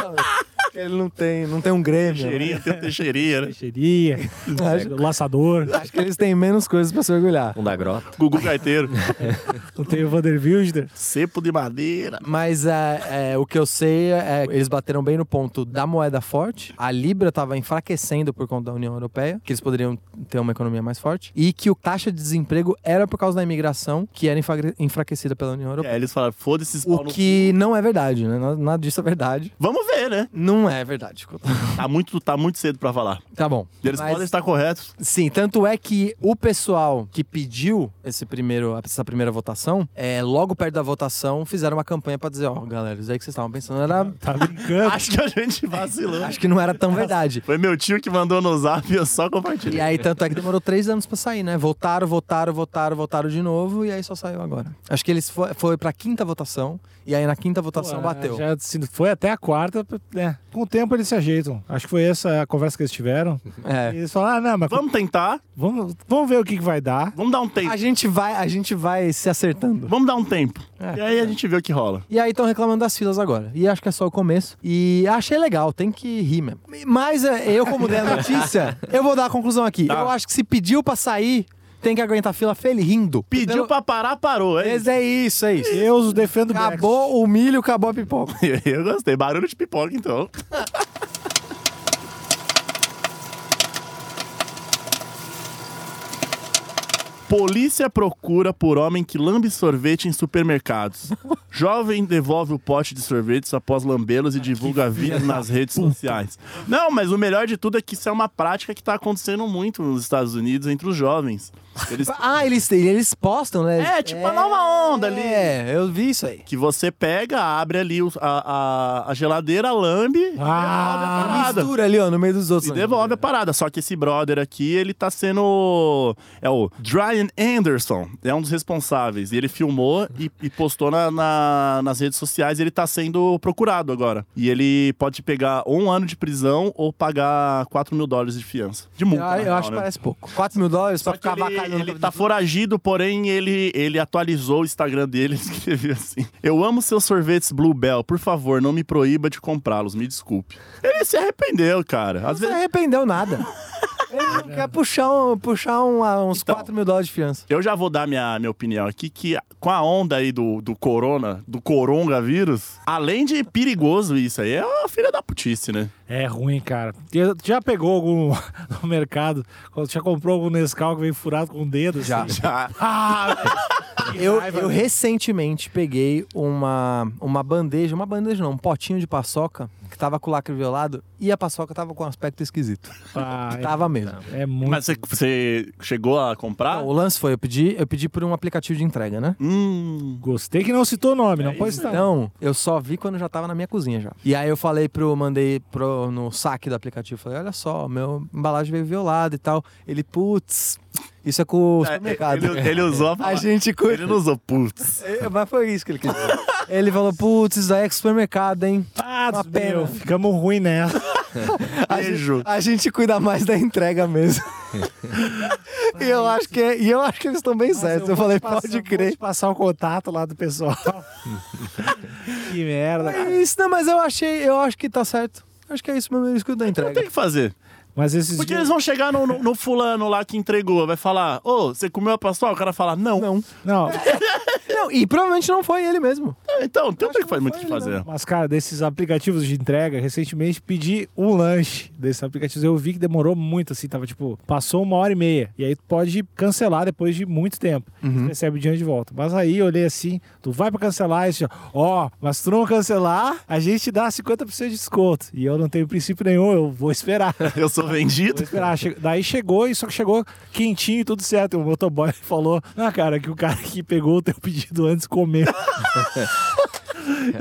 Speaker 2: Ele não tem, não tem um Grêmio. né?
Speaker 3: Teixeirinha, tem o Teixeirinha, né?
Speaker 1: Teixeirinha,
Speaker 2: Acho-
Speaker 1: o Laçador,
Speaker 2: Acho que eles têm menos coisas pra se mergulhar.
Speaker 4: Um da grota.
Speaker 3: Gugu Gaiteiro.
Speaker 1: não tem o Vander Wilder.
Speaker 3: Cepo de madeira.
Speaker 2: Mas é, é, o que eu sei é que eles bateram bem no ponto da moeda forte. A Libra estava enfraquecendo por conta da União Europeia, que eles poderiam ter uma economia mais forte. E que o taxa de desemprego era por causa da imigração, que era enfra- enfraquecida pela União Europeia.
Speaker 3: É, eles falaram, foda-se esses pau
Speaker 2: O
Speaker 3: no...
Speaker 2: que não é verdade, né? Nada- Nada disso é verdade.
Speaker 3: Vamos ver, né?
Speaker 2: Não é verdade.
Speaker 3: Tá muito, tá muito cedo pra falar.
Speaker 2: Tá bom.
Speaker 3: Eles
Speaker 2: Mas-
Speaker 3: podem estar corretos.
Speaker 2: Sim, tanto é que o pessoal que pediu esse primeiro, essa primeira votação, é, logo perto da votação, fizeram uma campanha pra dizer, ó, galera, isso aí que vocês estavam pensando era.
Speaker 1: Tá brincando.
Speaker 3: Acho que a gente vacilou.
Speaker 2: Acho que não era tão verdade.
Speaker 3: Foi meu tio que mandou no zap e eu só
Speaker 2: E
Speaker 3: compartilhei.
Speaker 2: aí, tanto é que demorou três anos pra sair, né? Votaram, votaram, votaram, votaram de novo, e aí só saiu agora. Acho que eles foi, foi pra quinta votação, e aí na quinta votação bateu.
Speaker 1: Já se foi até a quarta, né? Com o tempo eles se ajeitam. Acho que foi essa a conversa que eles tiveram. E
Speaker 2: É.
Speaker 1: eles falaram, ah, não, mas
Speaker 3: Vamos tentar,
Speaker 1: vamos, vamos ver o que, que vai dar.
Speaker 3: vamos dar um tempo.
Speaker 2: A gente vai, a gente vai se acertando.
Speaker 3: Vamos dar um tempo.
Speaker 2: É.
Speaker 3: E aí a gente vê o que rola.
Speaker 2: E aí estão reclamando das filas agora. E acho que é só o começo. E achei legal, tem que rir mesmo. Mas é, eu, como dei a notícia, eu vou dar a conclusão aqui.
Speaker 3: Tá.
Speaker 2: Eu acho que se pediu pra sair, tem que aguentar a fila feliz rindo.
Speaker 3: Pediu pra parar, parou. É
Speaker 2: Mas é isso, é isso.
Speaker 1: Eu os defendo o Brexit.
Speaker 2: Acabou o milho, acabou a pipoca.
Speaker 3: Eu gostei. Barulho de pipoca, então. Polícia procura por homem que lambe sorvete em supermercados. Jovem devolve o pote de sorvetes após lambê-los e divulga vídeos nas redes sociais. Não, mas o melhor de tudo é que isso é uma prática que tá acontecendo muito nos Estados Unidos entre os jovens. Eles
Speaker 2: Ah, eles, eles postam, né?
Speaker 3: É, tipo a nova onda ali.
Speaker 2: É, eu vi isso aí.
Speaker 3: Que você pega, abre ali o- a, a- a geladeira, lambe
Speaker 1: Ah,
Speaker 3: e devolve a parada.
Speaker 2: mistura ali, ó, no meio dos outros.
Speaker 3: E
Speaker 2: né?
Speaker 3: devolve a parada. Só que esse brother aqui, ele tá sendo. É o Brian Anderson. É um dos responsáveis. E ele filmou e, e postou na- na- nas redes sociais. E ele tá sendo procurado agora. E ele pode pegar ou um ano de prisão ou pagar 4 mil dólares de fiança. De multa.
Speaker 2: Ah,
Speaker 3: na
Speaker 2: eu
Speaker 3: real,
Speaker 2: acho que
Speaker 3: né?
Speaker 2: parece pouco. 4 mil dólares pra
Speaker 3: Só que
Speaker 2: ficar
Speaker 3: ele-
Speaker 4: eu
Speaker 3: ele
Speaker 4: nunca-
Speaker 3: tá foragido, porém ele, ele atualizou o Instagram dele e escreveu assim: Eu amo seus sorvetes Bluebell, por favor, não me proíba de comprá-los, me desculpe. Ele se arrependeu, cara. Às
Speaker 2: Não se
Speaker 3: vezes.
Speaker 2: arrependeu nada. Ele quer puxar, um, puxar um- uns
Speaker 3: Então.
Speaker 2: 4 mil dólares de fiança.
Speaker 3: Eu já vou dar minha, minha opinião aqui, que com a onda aí do, do corona, do coronavírus, além de perigoso isso aí, é uma filha da putice, né?
Speaker 1: É ruim, cara. Eu- Já pegou algum no mercado? Já comprou algum Nescau que veio furado com o dedo?
Speaker 2: Já.
Speaker 1: assim?
Speaker 3: Já.
Speaker 1: Ah, velho. Que
Speaker 2: Eu,
Speaker 1: raiva, né?
Speaker 2: eu
Speaker 1: velho.
Speaker 2: recentemente peguei uma, uma bandeja, uma bandeja não, um potinho de paçoca que tava com o lacre violado e a paçoca tava com um aspecto esquisito.
Speaker 1: Ah, é-
Speaker 2: tava mesmo.
Speaker 1: É muito.
Speaker 3: Mas você, você chegou a comprar?
Speaker 2: Então, o lance foi, eu pedi, eu pedi por um aplicativo de entrega, né?
Speaker 3: Hum.
Speaker 1: Gostei que não citou o nome, não pode citar.
Speaker 2: Então, eu só vi quando já tava na minha cozinha já. E aí eu falei pro, mandei pro, no saque do aplicativo, falei, olha só, meu embalagem veio violada e tal. Ele, putz, isso é com o
Speaker 3: É,
Speaker 2: supermercado.
Speaker 3: Ele, ele usou a
Speaker 2: A gente cu-
Speaker 3: Ele não usou putz.
Speaker 2: É, Mas foi isso que ele quis dizer. Ele falou, putz, isso aí é com supermercado, hein?
Speaker 1: Ah,
Speaker 2: Uma
Speaker 1: meu,
Speaker 2: pena.
Speaker 1: ficamos ruim nessa.
Speaker 2: A gente-
Speaker 3: Beijo.
Speaker 2: A gente cuida mais da entrega mesmo. e, eu acho que é- e eu acho que eles estão bem certos. Eu, falei, pode crer.
Speaker 1: passar o contato lá do pessoal. que merda. cara.
Speaker 2: É Isso, não, mas eu achei, eu acho que tá certo. Acho que é isso mesmo, eles cuidam da
Speaker 3: Não tem o
Speaker 2: entrega.
Speaker 3: que fazer.
Speaker 1: Mas esses
Speaker 3: Porque
Speaker 1: dias-
Speaker 3: eles vão chegar no, no- no fulano lá que entregou, vai falar, ô, você comeu a paçoca? O cara fala, não.
Speaker 2: Não.
Speaker 1: Não,
Speaker 2: Não, e provavelmente não foi ele mesmo.
Speaker 3: É, Então, tem que faz muito o que fazer.
Speaker 1: mas cara, desses aplicativos de entrega, recentemente pedi um lanche desses aplicativos. Eu vi que demorou muito, assim, tava tipo, passou uma hora e meia. E aí tu pode cancelar depois de muito tempo. Tu recebe o dinheiro de volta. Mas aí eu olhei assim, tu vai pra cancelar, e você já, ó, mas se tu não cancelar, a gente te dá 50% de desconto. E eu não tenho princípio nenhum, eu vou esperar.
Speaker 3: Eu sou
Speaker 1: Vou
Speaker 3: vendido.
Speaker 1: esperar. Che- Daí chegou, e só que chegou quentinho, tudo certo. O motoboy falou: Ah, cara, que o cara que pegou o teu pedido antes comeu.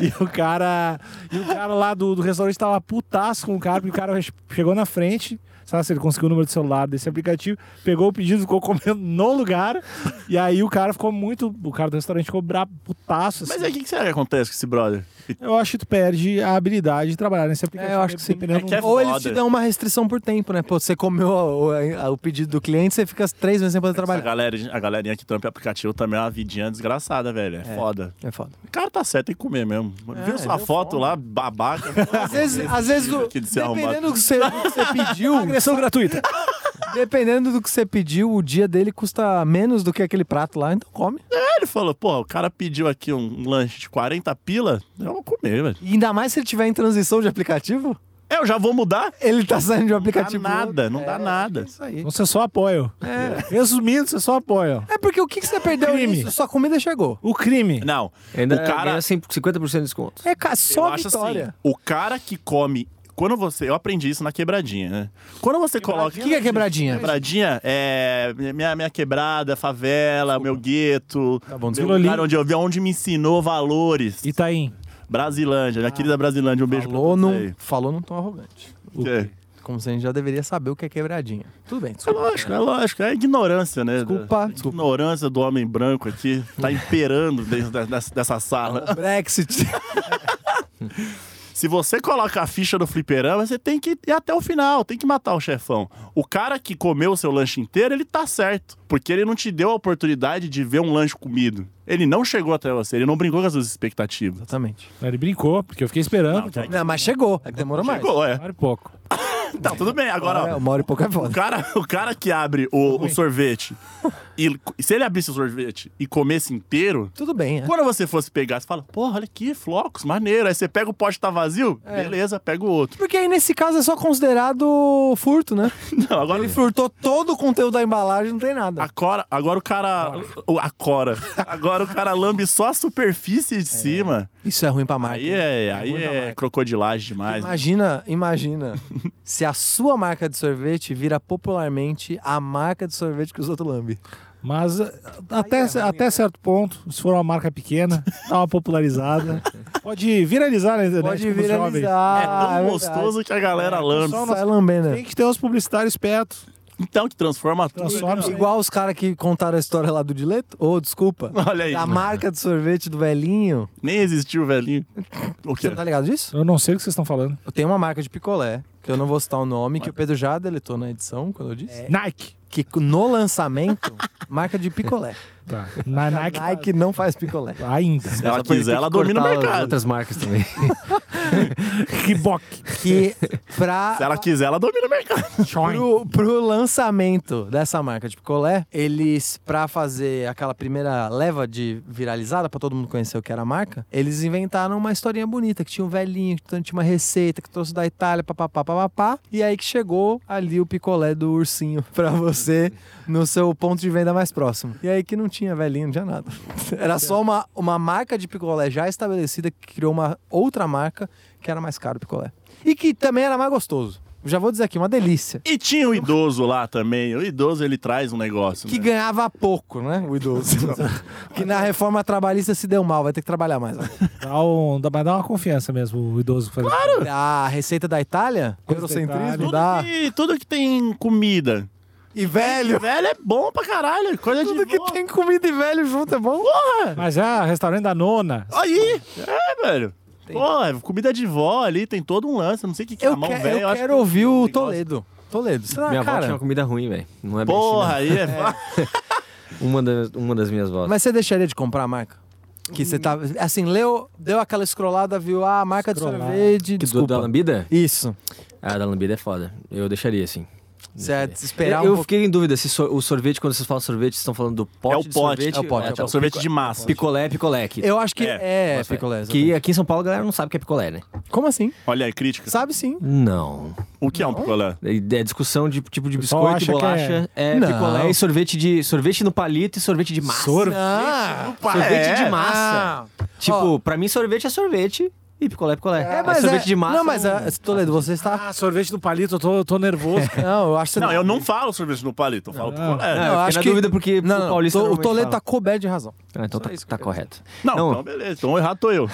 Speaker 1: E o cara. E o cara lá do, do restaurante tava putaço com o cara, porque o cara chegou na frente. Sabe, se ele conseguiu o número do celular desse aplicativo, pegou o pedido, ficou comendo no lugar. E aí o cara ficou muito. O cara do restaurante ficou brabo, putaço.
Speaker 3: Mas
Speaker 1: assim.
Speaker 3: aí o que, que será que acontece com esse brother?
Speaker 1: Eu acho que tu perde a habilidade de trabalhar nesse aplicativo.
Speaker 2: É, eu acho que sim.
Speaker 1: dependendo
Speaker 3: É que é
Speaker 2: Ou eles
Speaker 3: Foda.
Speaker 2: te dão uma restrição por tempo, né? Pô, você comeu o, o- o pedido do cliente, você fica três meses sem poder
Speaker 3: A,
Speaker 2: trabalhar.
Speaker 3: galera, a galerinha que tampa aplicativo também é uma vidinha desgraçada, velho. É, foda.
Speaker 2: É foda.
Speaker 3: O cara tá certo, tem que comer mesmo. Viu sua foto lá, babaca?
Speaker 2: Às vezes, às vezes o-
Speaker 3: Que de ser
Speaker 2: dependendo
Speaker 3: arrombado.
Speaker 2: do que você, do que você pediu,
Speaker 1: Agressão gratuita.
Speaker 2: dependendo do que você pediu, o dia dele custa menos do que aquele prato lá, então come.
Speaker 3: Aí ele falou, pô, o cara pediu aqui um lanche de 40 pila, eu vou comer, velho.
Speaker 2: E ainda mais se ele tiver em transição de aplicativo,
Speaker 3: É, Eu já vou mudar?
Speaker 2: ele tá saindo de um
Speaker 3: Não dá
Speaker 2: aplicativo.
Speaker 3: nada, não dá
Speaker 2: É
Speaker 3: nada.
Speaker 2: isso aí.
Speaker 1: Então você só apoia. Resumindo, você só apoia.
Speaker 2: É porque o que, que você perdeu
Speaker 1: Crime.
Speaker 2: nisso? Sua comida chegou.
Speaker 1: O crime.
Speaker 3: Não,
Speaker 4: Ainda é assim.
Speaker 3: o cara...
Speaker 4: ganha 50% de desconto.
Speaker 2: É ca-
Speaker 3: Eu
Speaker 2: só
Speaker 3: acho
Speaker 2: vitória.
Speaker 3: assim, o cara que come. Quando você. Eu aprendi isso na quebradinha, né? Quando você coloca.
Speaker 2: O que que é quebradinha?
Speaker 3: Quebradinha é. Minha, minha quebrada, favela, meu gueto. Tá
Speaker 2: bom,
Speaker 3: meu
Speaker 1: desculpa.
Speaker 3: lugar onde eu vi, onde me ensinou valores.
Speaker 1: Itaim.
Speaker 3: Brasilândia, minha querida Brasilândia, um beijo
Speaker 2: Ah. Falou
Speaker 3: pra você.
Speaker 2: num, falou num tom arrogante.
Speaker 3: É.
Speaker 2: Como se a gente já deveria saber o que é quebradinha. Tudo bem,
Speaker 3: É
Speaker 2: desculpa.
Speaker 3: lógico, é lógico. É a ignorância, né?
Speaker 2: Desculpa,
Speaker 3: A
Speaker 2: desculpa.
Speaker 3: Ignorância do homem branco aqui. Tá imperando dentro da- dessa, dessa sala.
Speaker 2: Brexit.
Speaker 3: Se você coloca a ficha do fliperama, você tem que ir até o final, tem que matar o chefão. O cara que comeu o seu lanche inteiro, ele tá certo. Porque ele não te deu a oportunidade de ver um lanche comido. Ele não chegou até você, ele não brincou com as suas expectativas.
Speaker 2: Exatamente.
Speaker 1: Ele brincou, porque eu fiquei esperando.
Speaker 3: tá-
Speaker 2: Não, mas chegou. É que demorou mais.
Speaker 3: Chegou, é.
Speaker 1: Uma hora e pouco.
Speaker 3: Tá, tudo bem. Agora,
Speaker 2: É,
Speaker 3: ó,
Speaker 2: Uma hora e pouco é
Speaker 3: o
Speaker 2: foda.
Speaker 3: cara, o cara que abre o, o sorvete, e se ele abrisse o sorvete e comesse inteiro,
Speaker 2: Tudo bem, é.
Speaker 3: Quando você fosse pegar, você fala, porra, olha aqui, flocos, maneiro. Aí você pega o pote tá vazio, beleza, pega o outro.
Speaker 2: Porque aí, nesse caso, é só considerado furto, né?
Speaker 3: Não, agora
Speaker 2: Ele furtou todo o conteúdo da embalagem, não tem nada.
Speaker 3: Agora, agora o cara. o- A cora. Agora o cara lambe só a superfície de cima.
Speaker 2: Isso é ruim pra marca.
Speaker 3: Aí é, aí é crocodilagem demais. É
Speaker 2: Imagina, imagina se a sua marca de sorvete vira popularmente a marca de sorvete que os outros lambem.
Speaker 1: Mas ah, até, até certo ponto, se for uma marca pequena, dá uma popularizada. Pode viralizar na internet.
Speaker 2: Pode
Speaker 1: como os jovens.
Speaker 2: viralizar.
Speaker 3: É tão
Speaker 2: Ah, verdade.
Speaker 3: gostoso que a galera lambe.
Speaker 2: Só sai lambendo. né?
Speaker 1: Tem que ter os publicitários perto.
Speaker 3: Então que transforma tudo.
Speaker 1: Transforma isso aí.
Speaker 2: Igual os caras que contaram a história lá do Dileto. Ô, desculpa.
Speaker 3: Olha aí.
Speaker 2: Da marca de sorvete do velhinho.
Speaker 3: Nem existiu, velhinho. O
Speaker 2: Você
Speaker 3: quê?
Speaker 2: não tá ligado disso?
Speaker 1: Eu não sei o que vocês estão falando.
Speaker 2: Eu tenho uma marca de picolé, que eu não vou citar o nome, que o Pedro já deletou na edição, quando eu disse.
Speaker 1: Nike.
Speaker 2: que no lançamento, marca de picolé.
Speaker 1: Tá. Na
Speaker 2: A
Speaker 1: Nike
Speaker 2: Nike não faz picolé.
Speaker 1: ainda.
Speaker 3: Se ela quiser, ela domina o mercado.
Speaker 4: Outras marcas também.
Speaker 1: Reebok.
Speaker 2: Que pra.
Speaker 3: Se ela quiser, ela domina o mercado.
Speaker 1: Choin.
Speaker 2: Pro, pro lançamento dessa marca de picolé, eles, pra fazer aquela primeira leva de viralizada, pra todo mundo conhecer o que era a marca, eles inventaram uma historinha bonita, que tinha um velhinho, que tinha uma receita, que trouxe da Itália, papapá, papapá. E aí que chegou ali o picolé do ursinho pra você no seu ponto de venda mais próximo. E aí que não tinha velhinho, não tinha nada. Era só uma, uma marca de picolé já estabelecida que criou uma outra marca que era mais caro o picolé. E que também era mais gostoso. Já vou dizer aqui, uma delícia.
Speaker 3: E tinha o idoso lá também. O idoso, ele traz um negócio.
Speaker 2: Que
Speaker 3: né?
Speaker 2: ganhava pouco, né? O idoso. que na reforma trabalhista se deu mal, vai ter que trabalhar mais.
Speaker 1: Dá um, dá, mas dá uma confiança mesmo, o idoso. Claro!
Speaker 2: A receita da Itália?
Speaker 1: Coisa da
Speaker 2: Eurocentrismo?
Speaker 1: Itália.
Speaker 2: Dá.
Speaker 3: Tudo que, tudo que tem comida.
Speaker 2: E velho!
Speaker 3: Velho é bom pra caralho. Coisa
Speaker 2: Tudo
Speaker 3: de
Speaker 2: que
Speaker 3: vó.
Speaker 2: tem comida e velho junto é bom.
Speaker 3: Porra!
Speaker 1: Mas já, restaurante da nona.
Speaker 3: Aí! É, velho. Porra, comida de vó ali, tem todo um lance. Não sei o que, que é a
Speaker 2: Eu,
Speaker 3: mão
Speaker 2: que-
Speaker 3: velha.
Speaker 2: eu
Speaker 3: acho
Speaker 2: quero
Speaker 3: que- um
Speaker 2: ouvir o
Speaker 3: negócio.
Speaker 2: Toledo. Toledo, será,
Speaker 4: Minha avó
Speaker 2: cara?
Speaker 4: tinha uma comida ruim, velho. Não é bem
Speaker 3: Porra,
Speaker 4: assim,
Speaker 3: aí é.
Speaker 4: não. Uma, das, uma das minhas vós.
Speaker 2: Mas você deixaria de comprar a marca? Que você tá. Assim, leu, deu aquela escrolada, viu? Ah, a marca
Speaker 1: Escrolada.
Speaker 2: de sorvete.
Speaker 4: Que do,
Speaker 2: Desculpa.
Speaker 4: da lambida?
Speaker 2: Isso.
Speaker 4: Ah, da lambida é foda. Eu deixaria, assim.
Speaker 2: Você ia
Speaker 4: Eu,
Speaker 2: esperar um
Speaker 4: eu
Speaker 2: pouco.
Speaker 4: fiquei em dúvida se so- o sorvete, quando vocês falam sorvete, vocês estão falando do pote
Speaker 3: É o
Speaker 4: de
Speaker 3: pote,
Speaker 4: sorvete? tipo,
Speaker 3: é o pote. É o sorvete de massa.
Speaker 4: Picolé, picolé. Que,
Speaker 2: Eu acho que
Speaker 3: É,
Speaker 2: é,
Speaker 4: Nossa,
Speaker 2: picolé. exatamente.
Speaker 4: que aqui em São Paulo a galera não sabe o que é picolé, né?
Speaker 2: Como assim?
Speaker 3: Olha aí, crítica.
Speaker 2: Sabe sim.
Speaker 4: Não.
Speaker 3: O que é um picolé?
Speaker 4: É é discussão de tipo de
Speaker 1: pessoal
Speaker 4: biscoito,
Speaker 1: acha que
Speaker 4: bolacha, é,
Speaker 2: Não.
Speaker 4: picolé e sorvete de sorvete no palito e sorvete de massa.
Speaker 1: Sorvete?
Speaker 2: Ah,
Speaker 4: Sorvete
Speaker 3: É.
Speaker 4: de massa.
Speaker 2: Ah.
Speaker 4: Tipo,
Speaker 2: Ó.
Speaker 4: pra mim sorvete é sorvete e picolé é picolé.
Speaker 2: É, mas
Speaker 4: sorvete
Speaker 2: é-
Speaker 4: de massa. um-
Speaker 2: Não, mas é, Toledo, você está.
Speaker 1: Ah, sorvete do palito, eu tô, eu tô nervoso.
Speaker 2: Não, eu acho que você
Speaker 3: Não, eu não falo sorvete no palito, eu falo picolé.
Speaker 4: Não, eu
Speaker 2: eu
Speaker 4: fiquei
Speaker 2: acho
Speaker 4: na
Speaker 2: que-
Speaker 4: dúvida porque
Speaker 2: Não,
Speaker 4: o
Speaker 2: não,
Speaker 4: paulista
Speaker 2: to- o
Speaker 4: normalmente
Speaker 2: Toledo
Speaker 4: fala.
Speaker 2: tá coberto de razão.
Speaker 4: Ah, então tá, tá correto.
Speaker 3: Não,
Speaker 4: Não.
Speaker 3: então beleza, então errado tô eu.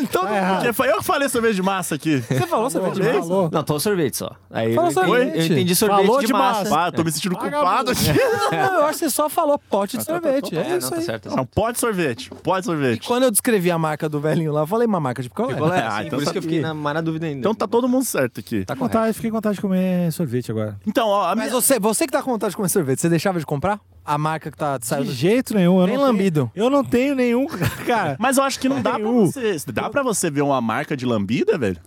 Speaker 2: então,
Speaker 3: Porque foi eu que falei sorvete de massa aqui.
Speaker 2: você falou sorvete de
Speaker 3: Beleza.
Speaker 2: massa?
Speaker 1: Falou.
Speaker 4: Não, tô sorvete só. Aí
Speaker 2: Fala
Speaker 4: eu, entendi,
Speaker 2: sorvete.
Speaker 4: eu entendi sorvete
Speaker 3: Falou
Speaker 4: de massa.
Speaker 3: Ah, tô me sentindo culpado aqui.
Speaker 2: Não, eu acho que você só falou pote de sorvete.
Speaker 4: É,
Speaker 2: É
Speaker 4: não,
Speaker 2: isso
Speaker 4: tá
Speaker 2: aí.
Speaker 4: certo. tá
Speaker 3: Não,
Speaker 4: certo.
Speaker 3: pode sorvete, pode sorvete.
Speaker 2: Quando eu descrevi a marca do velhinho lá, eu falei uma marca de é?" picolé.
Speaker 4: Picolé,
Speaker 3: Ah,
Speaker 4: sim,
Speaker 3: então
Speaker 4: por isso que eu
Speaker 3: tá-
Speaker 4: fiquei na, mais na dúvida ainda.
Speaker 3: Então tá todo mundo certo aqui.
Speaker 4: Tá correto.
Speaker 1: Vontade, fiquei com vontade de comer sorvete agora.
Speaker 3: Então, ó, a
Speaker 2: Mas
Speaker 3: minha...
Speaker 2: você, você que tá com vontade de comer sorvete, você deixava de comprar? A marca que tá saiu
Speaker 1: De
Speaker 2: do...
Speaker 1: jeito nenhum. Eu
Speaker 2: Nem
Speaker 1: não tenho-
Speaker 2: lambido.
Speaker 1: eu não tenho nenhum, cara.
Speaker 3: Mas eu acho que não dá pra
Speaker 1: Eu-
Speaker 3: você. Dá pra você ver uma marca de lambida, velho?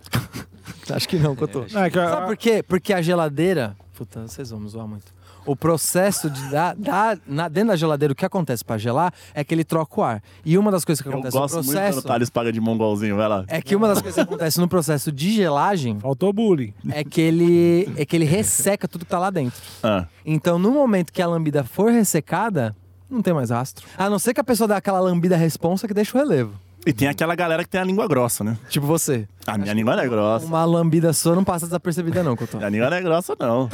Speaker 2: Acho que não, que eu tô.
Speaker 1: Não, é que eu-
Speaker 2: Sabe por quê? Porque a geladeira. Puta, vocês vão me zoar muito. O processo de da, da- na- dentro da geladeira, o que acontece pra gelar é que ele troca o ar. E uma das coisas que
Speaker 3: Eu
Speaker 2: acontece no
Speaker 3: gosto muito
Speaker 2: processo.
Speaker 3: quando tá o Thales paga de mongolzinho, vai lá.
Speaker 2: É que uma das coisas que acontece no processo de gelagem
Speaker 1: Faltou bullying.
Speaker 2: é que ele, é que ele resseca tudo que tá lá dentro.
Speaker 3: Ah.
Speaker 2: Então, no momento que a lambida for ressecada, não tem mais rastro. A não ser que a pessoa dê aquela lambida responsa que deixa o relevo.
Speaker 3: E tem aquela galera que tem a língua grossa, né?
Speaker 2: Tipo você.
Speaker 3: A minha língua não é grossa.
Speaker 2: Uma lambida sua não passa desapercebida, não, Couto.
Speaker 3: Minha língua não é grossa, não.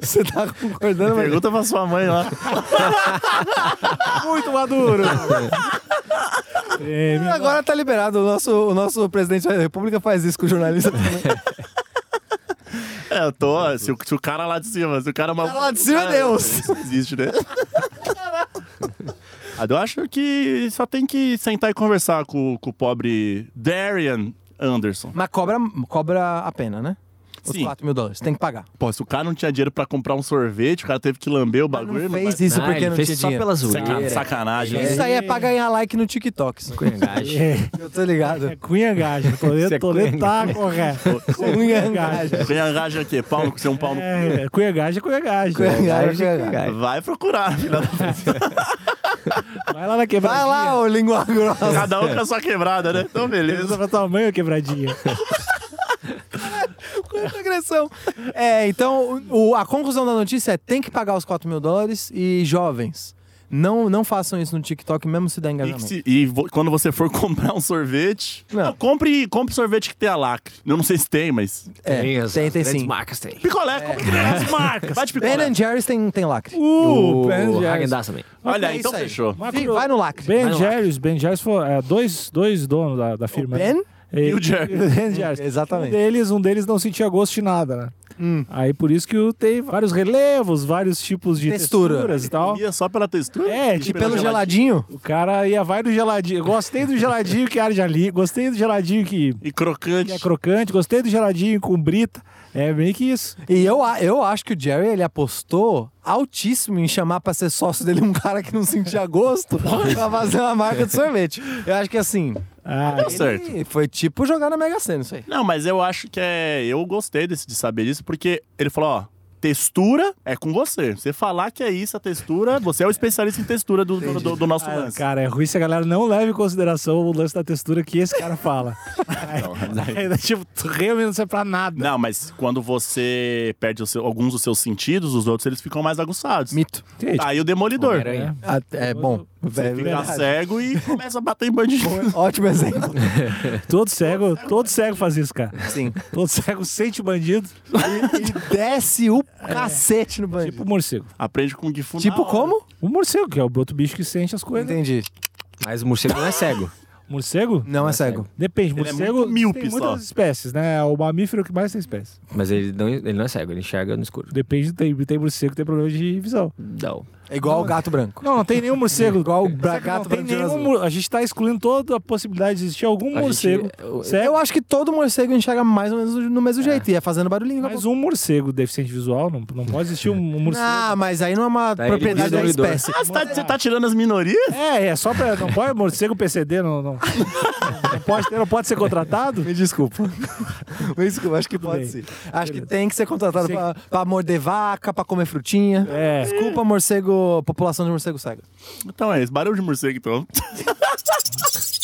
Speaker 2: Você tá concordando, mas
Speaker 3: Pergunta pra sua mãe lá.
Speaker 1: Muito maduro. é,
Speaker 2: E Agora tá liberado. O nosso, o nosso presidente da República faz isso com o jornalista também.
Speaker 3: É, eu tô. ó, Se o, se o cara lá de cima, se o cara. O
Speaker 2: cara lá de cima é Deus.
Speaker 3: Isso não existe, né? Ah, Eu acho que só tem que sentar e conversar com, com o pobre Darian Anderson.
Speaker 2: Mas cobra, cobra a pena, né? Os
Speaker 3: Sim.
Speaker 2: 4 mil dólares. Tem que pagar.
Speaker 3: Pô, se o cara não tinha dinheiro pra comprar um sorvete, o cara teve que lamber o
Speaker 2: Não
Speaker 3: bagulho. não
Speaker 2: fez
Speaker 3: vai-
Speaker 2: isso
Speaker 4: Ah,
Speaker 2: porque
Speaker 4: ele
Speaker 2: não
Speaker 4: fez
Speaker 2: tinha
Speaker 4: só
Speaker 2: dinheiro.
Speaker 4: pela
Speaker 3: Saca-
Speaker 4: zoeira.
Speaker 3: Sacanagem. né?
Speaker 2: Isso aí é pra ganhar like no TikTok. isso.
Speaker 4: Cunhagem.
Speaker 1: é,
Speaker 2: Eu tô ligado.
Speaker 1: é cunhagagem. Toledo,
Speaker 4: Isso é
Speaker 1: Toledo tá correto. Cunhagagem.
Speaker 3: Cunhagem aqui, Paulo, com seu Paulo.
Speaker 1: É, é, cunhagagem é cunhagagem.
Speaker 2: Cunhagem, cunhagagem.
Speaker 3: Vai procurar, filha da
Speaker 1: Vai lá na quebradinha.
Speaker 2: Vai lá, ô língua grossa.
Speaker 3: Cada um com a sua quebrada, né? Então,
Speaker 1: Beleza
Speaker 3: beleza.
Speaker 1: pra tua mãe, ô quebradinha.
Speaker 2: Quanta agressão. É, então, o- a conclusão da notícia é tem que pagar os 4 mil dólares e jovens. Não, não façam isso no TikTok, mesmo se der
Speaker 3: E, que
Speaker 2: engajamento.
Speaker 3: se- e vo- quando você for comprar um sorvete,
Speaker 2: Não.
Speaker 3: não, compre, compre sorvete que tem lacre. Eu não sei se tem, mas.
Speaker 2: É,
Speaker 4: Tem as-
Speaker 2: tem, tem
Speaker 4: as grandes
Speaker 2: sim.
Speaker 4: marcas, tem.
Speaker 3: Picolé, compre as marcas. Vai de picolé.
Speaker 2: Ben and Jerry's tem, tem lacre.
Speaker 1: Uh,
Speaker 4: O
Speaker 1: Ben Jerry's.
Speaker 4: Häagen-Dazs também.
Speaker 3: Olha,
Speaker 2: É
Speaker 3: então
Speaker 2: isso aí.
Speaker 3: fechou.
Speaker 1: Mas
Speaker 2: Fih,
Speaker 1: quando-
Speaker 2: Vai no lacre.
Speaker 1: Ben
Speaker 4: Vai lá.
Speaker 1: Jerry's, Ben Jerry's foram é, dois, dois donos da, da firma.
Speaker 2: Ben
Speaker 1: né? E,
Speaker 3: e o Jerry.
Speaker 1: Ben Jerry's.
Speaker 2: Exatamente. Hum.
Speaker 1: Um deles, um deles não sentia gosto de nada, né? Aí por isso que o- tem vários relevos, vários tipos de
Speaker 2: Textura.
Speaker 1: texturas e tal.
Speaker 3: Comia só pela textura?
Speaker 1: É,
Speaker 2: E
Speaker 1: tipo,
Speaker 3: pela
Speaker 2: pelo
Speaker 3: gelada.
Speaker 2: geladinho,
Speaker 1: O cara ia, vai do geladinho. Gostei do geladinho que arde ali, gostei do geladinho que
Speaker 3: E crocante.
Speaker 1: que é crocante, gostei do geladinho com brita. É meio que isso.
Speaker 2: E eu, a- eu acho que o Jerry, ele apostou altíssimo em chamar pra ser sócio dele um cara que não sentia gosto pra fazer uma marca de sorvete. Eu acho que assim,
Speaker 1: Ah,
Speaker 3: Deu Tá certo.
Speaker 2: ele foi tipo jogar na Mega Sena, isso aí.
Speaker 3: Não, mas eu acho que é. Eu gostei desse, de saber disso, porque ele falou, ó. Textura é com você. Você falar que é isso, a textura, você é o especialista em textura do, do, do- do nosso lance.
Speaker 1: Cara, é ruim se a galera não leva em consideração o lance da textura que esse cara fala. Aí, tipo, tu realmente não serve pra nada.
Speaker 3: Não, mas quando você perde o seu- alguns dos seus sentidos, os outros eles ficam mais aguçados.
Speaker 2: Mito.
Speaker 1: Gente,
Speaker 3: Aí o demolidor.
Speaker 4: Homem-Aranha.
Speaker 2: Ah, É bom.
Speaker 3: Você
Speaker 2: É
Speaker 3: fica
Speaker 2: verdade.
Speaker 3: cego e começa a bater em bandido.
Speaker 2: Ótimo exemplo.
Speaker 1: Todo cego, todo cego faz isso, cara.
Speaker 2: Sim.
Speaker 1: Todo cego sente bandido,
Speaker 2: E desce o cacete no
Speaker 1: tipo
Speaker 2: banheiro.
Speaker 1: o morcego.
Speaker 3: Aprende com o Gifu na
Speaker 2: Tipo
Speaker 3: hora.
Speaker 2: como?
Speaker 1: O morcego, que é o outro bicho que sente as coisas. né?
Speaker 2: Entendi.
Speaker 4: Mas o morcego não é cego.
Speaker 1: Morcego?
Speaker 2: Não é cego.
Speaker 1: Depende,
Speaker 3: Ele é
Speaker 1: morcego
Speaker 3: muito míope
Speaker 1: tem
Speaker 3: só.
Speaker 1: muitas espécies, né? É o mamífero que mais tem espécies.
Speaker 4: Mas ele não, ele não é cego, ele enxerga no escuro.
Speaker 1: Depende, tem, tem morcego que tem problema de visão.
Speaker 4: Não.
Speaker 2: É igual o gato branco.
Speaker 1: Não, não tem nenhum morcego.
Speaker 2: Igual o
Speaker 1: Será que não
Speaker 2: gato
Speaker 1: tem
Speaker 2: branco de
Speaker 1: nenhum
Speaker 2: olho
Speaker 1: mor- A gente tá excluindo toda a possibilidade de existir algum
Speaker 4: A
Speaker 1: morcego.
Speaker 4: gente-
Speaker 3: é
Speaker 4: eu-
Speaker 1: cego,
Speaker 2: Eu acho que todo morcego enxerga mais ou menos no mesmo jeito. E é fazendo barulhinho.
Speaker 1: mas um morcego deficiente visual, não, não pode existir um, um morcego.
Speaker 2: Ah, mas aí não é uma
Speaker 4: Daí ele
Speaker 2: propriedade
Speaker 4: vira
Speaker 2: da
Speaker 4: demolidor.
Speaker 2: espécie.
Speaker 3: Ah, você tá, você tá tirando as minorias?
Speaker 1: É, é só pra. Não pode morcego PCD, não. Não, não pode, ter- não pode ser contratado?
Speaker 2: Me desculpa. Me desculpa, acho que pode
Speaker 1: bem.
Speaker 2: ser. Acho que tem que ser contratado
Speaker 1: Você-
Speaker 2: pra, pra morder vaca, pra comer frutinha.
Speaker 1: É.
Speaker 2: Desculpa, morcego, população de morcego cego.
Speaker 3: Então é isso, barulho de morcego, então.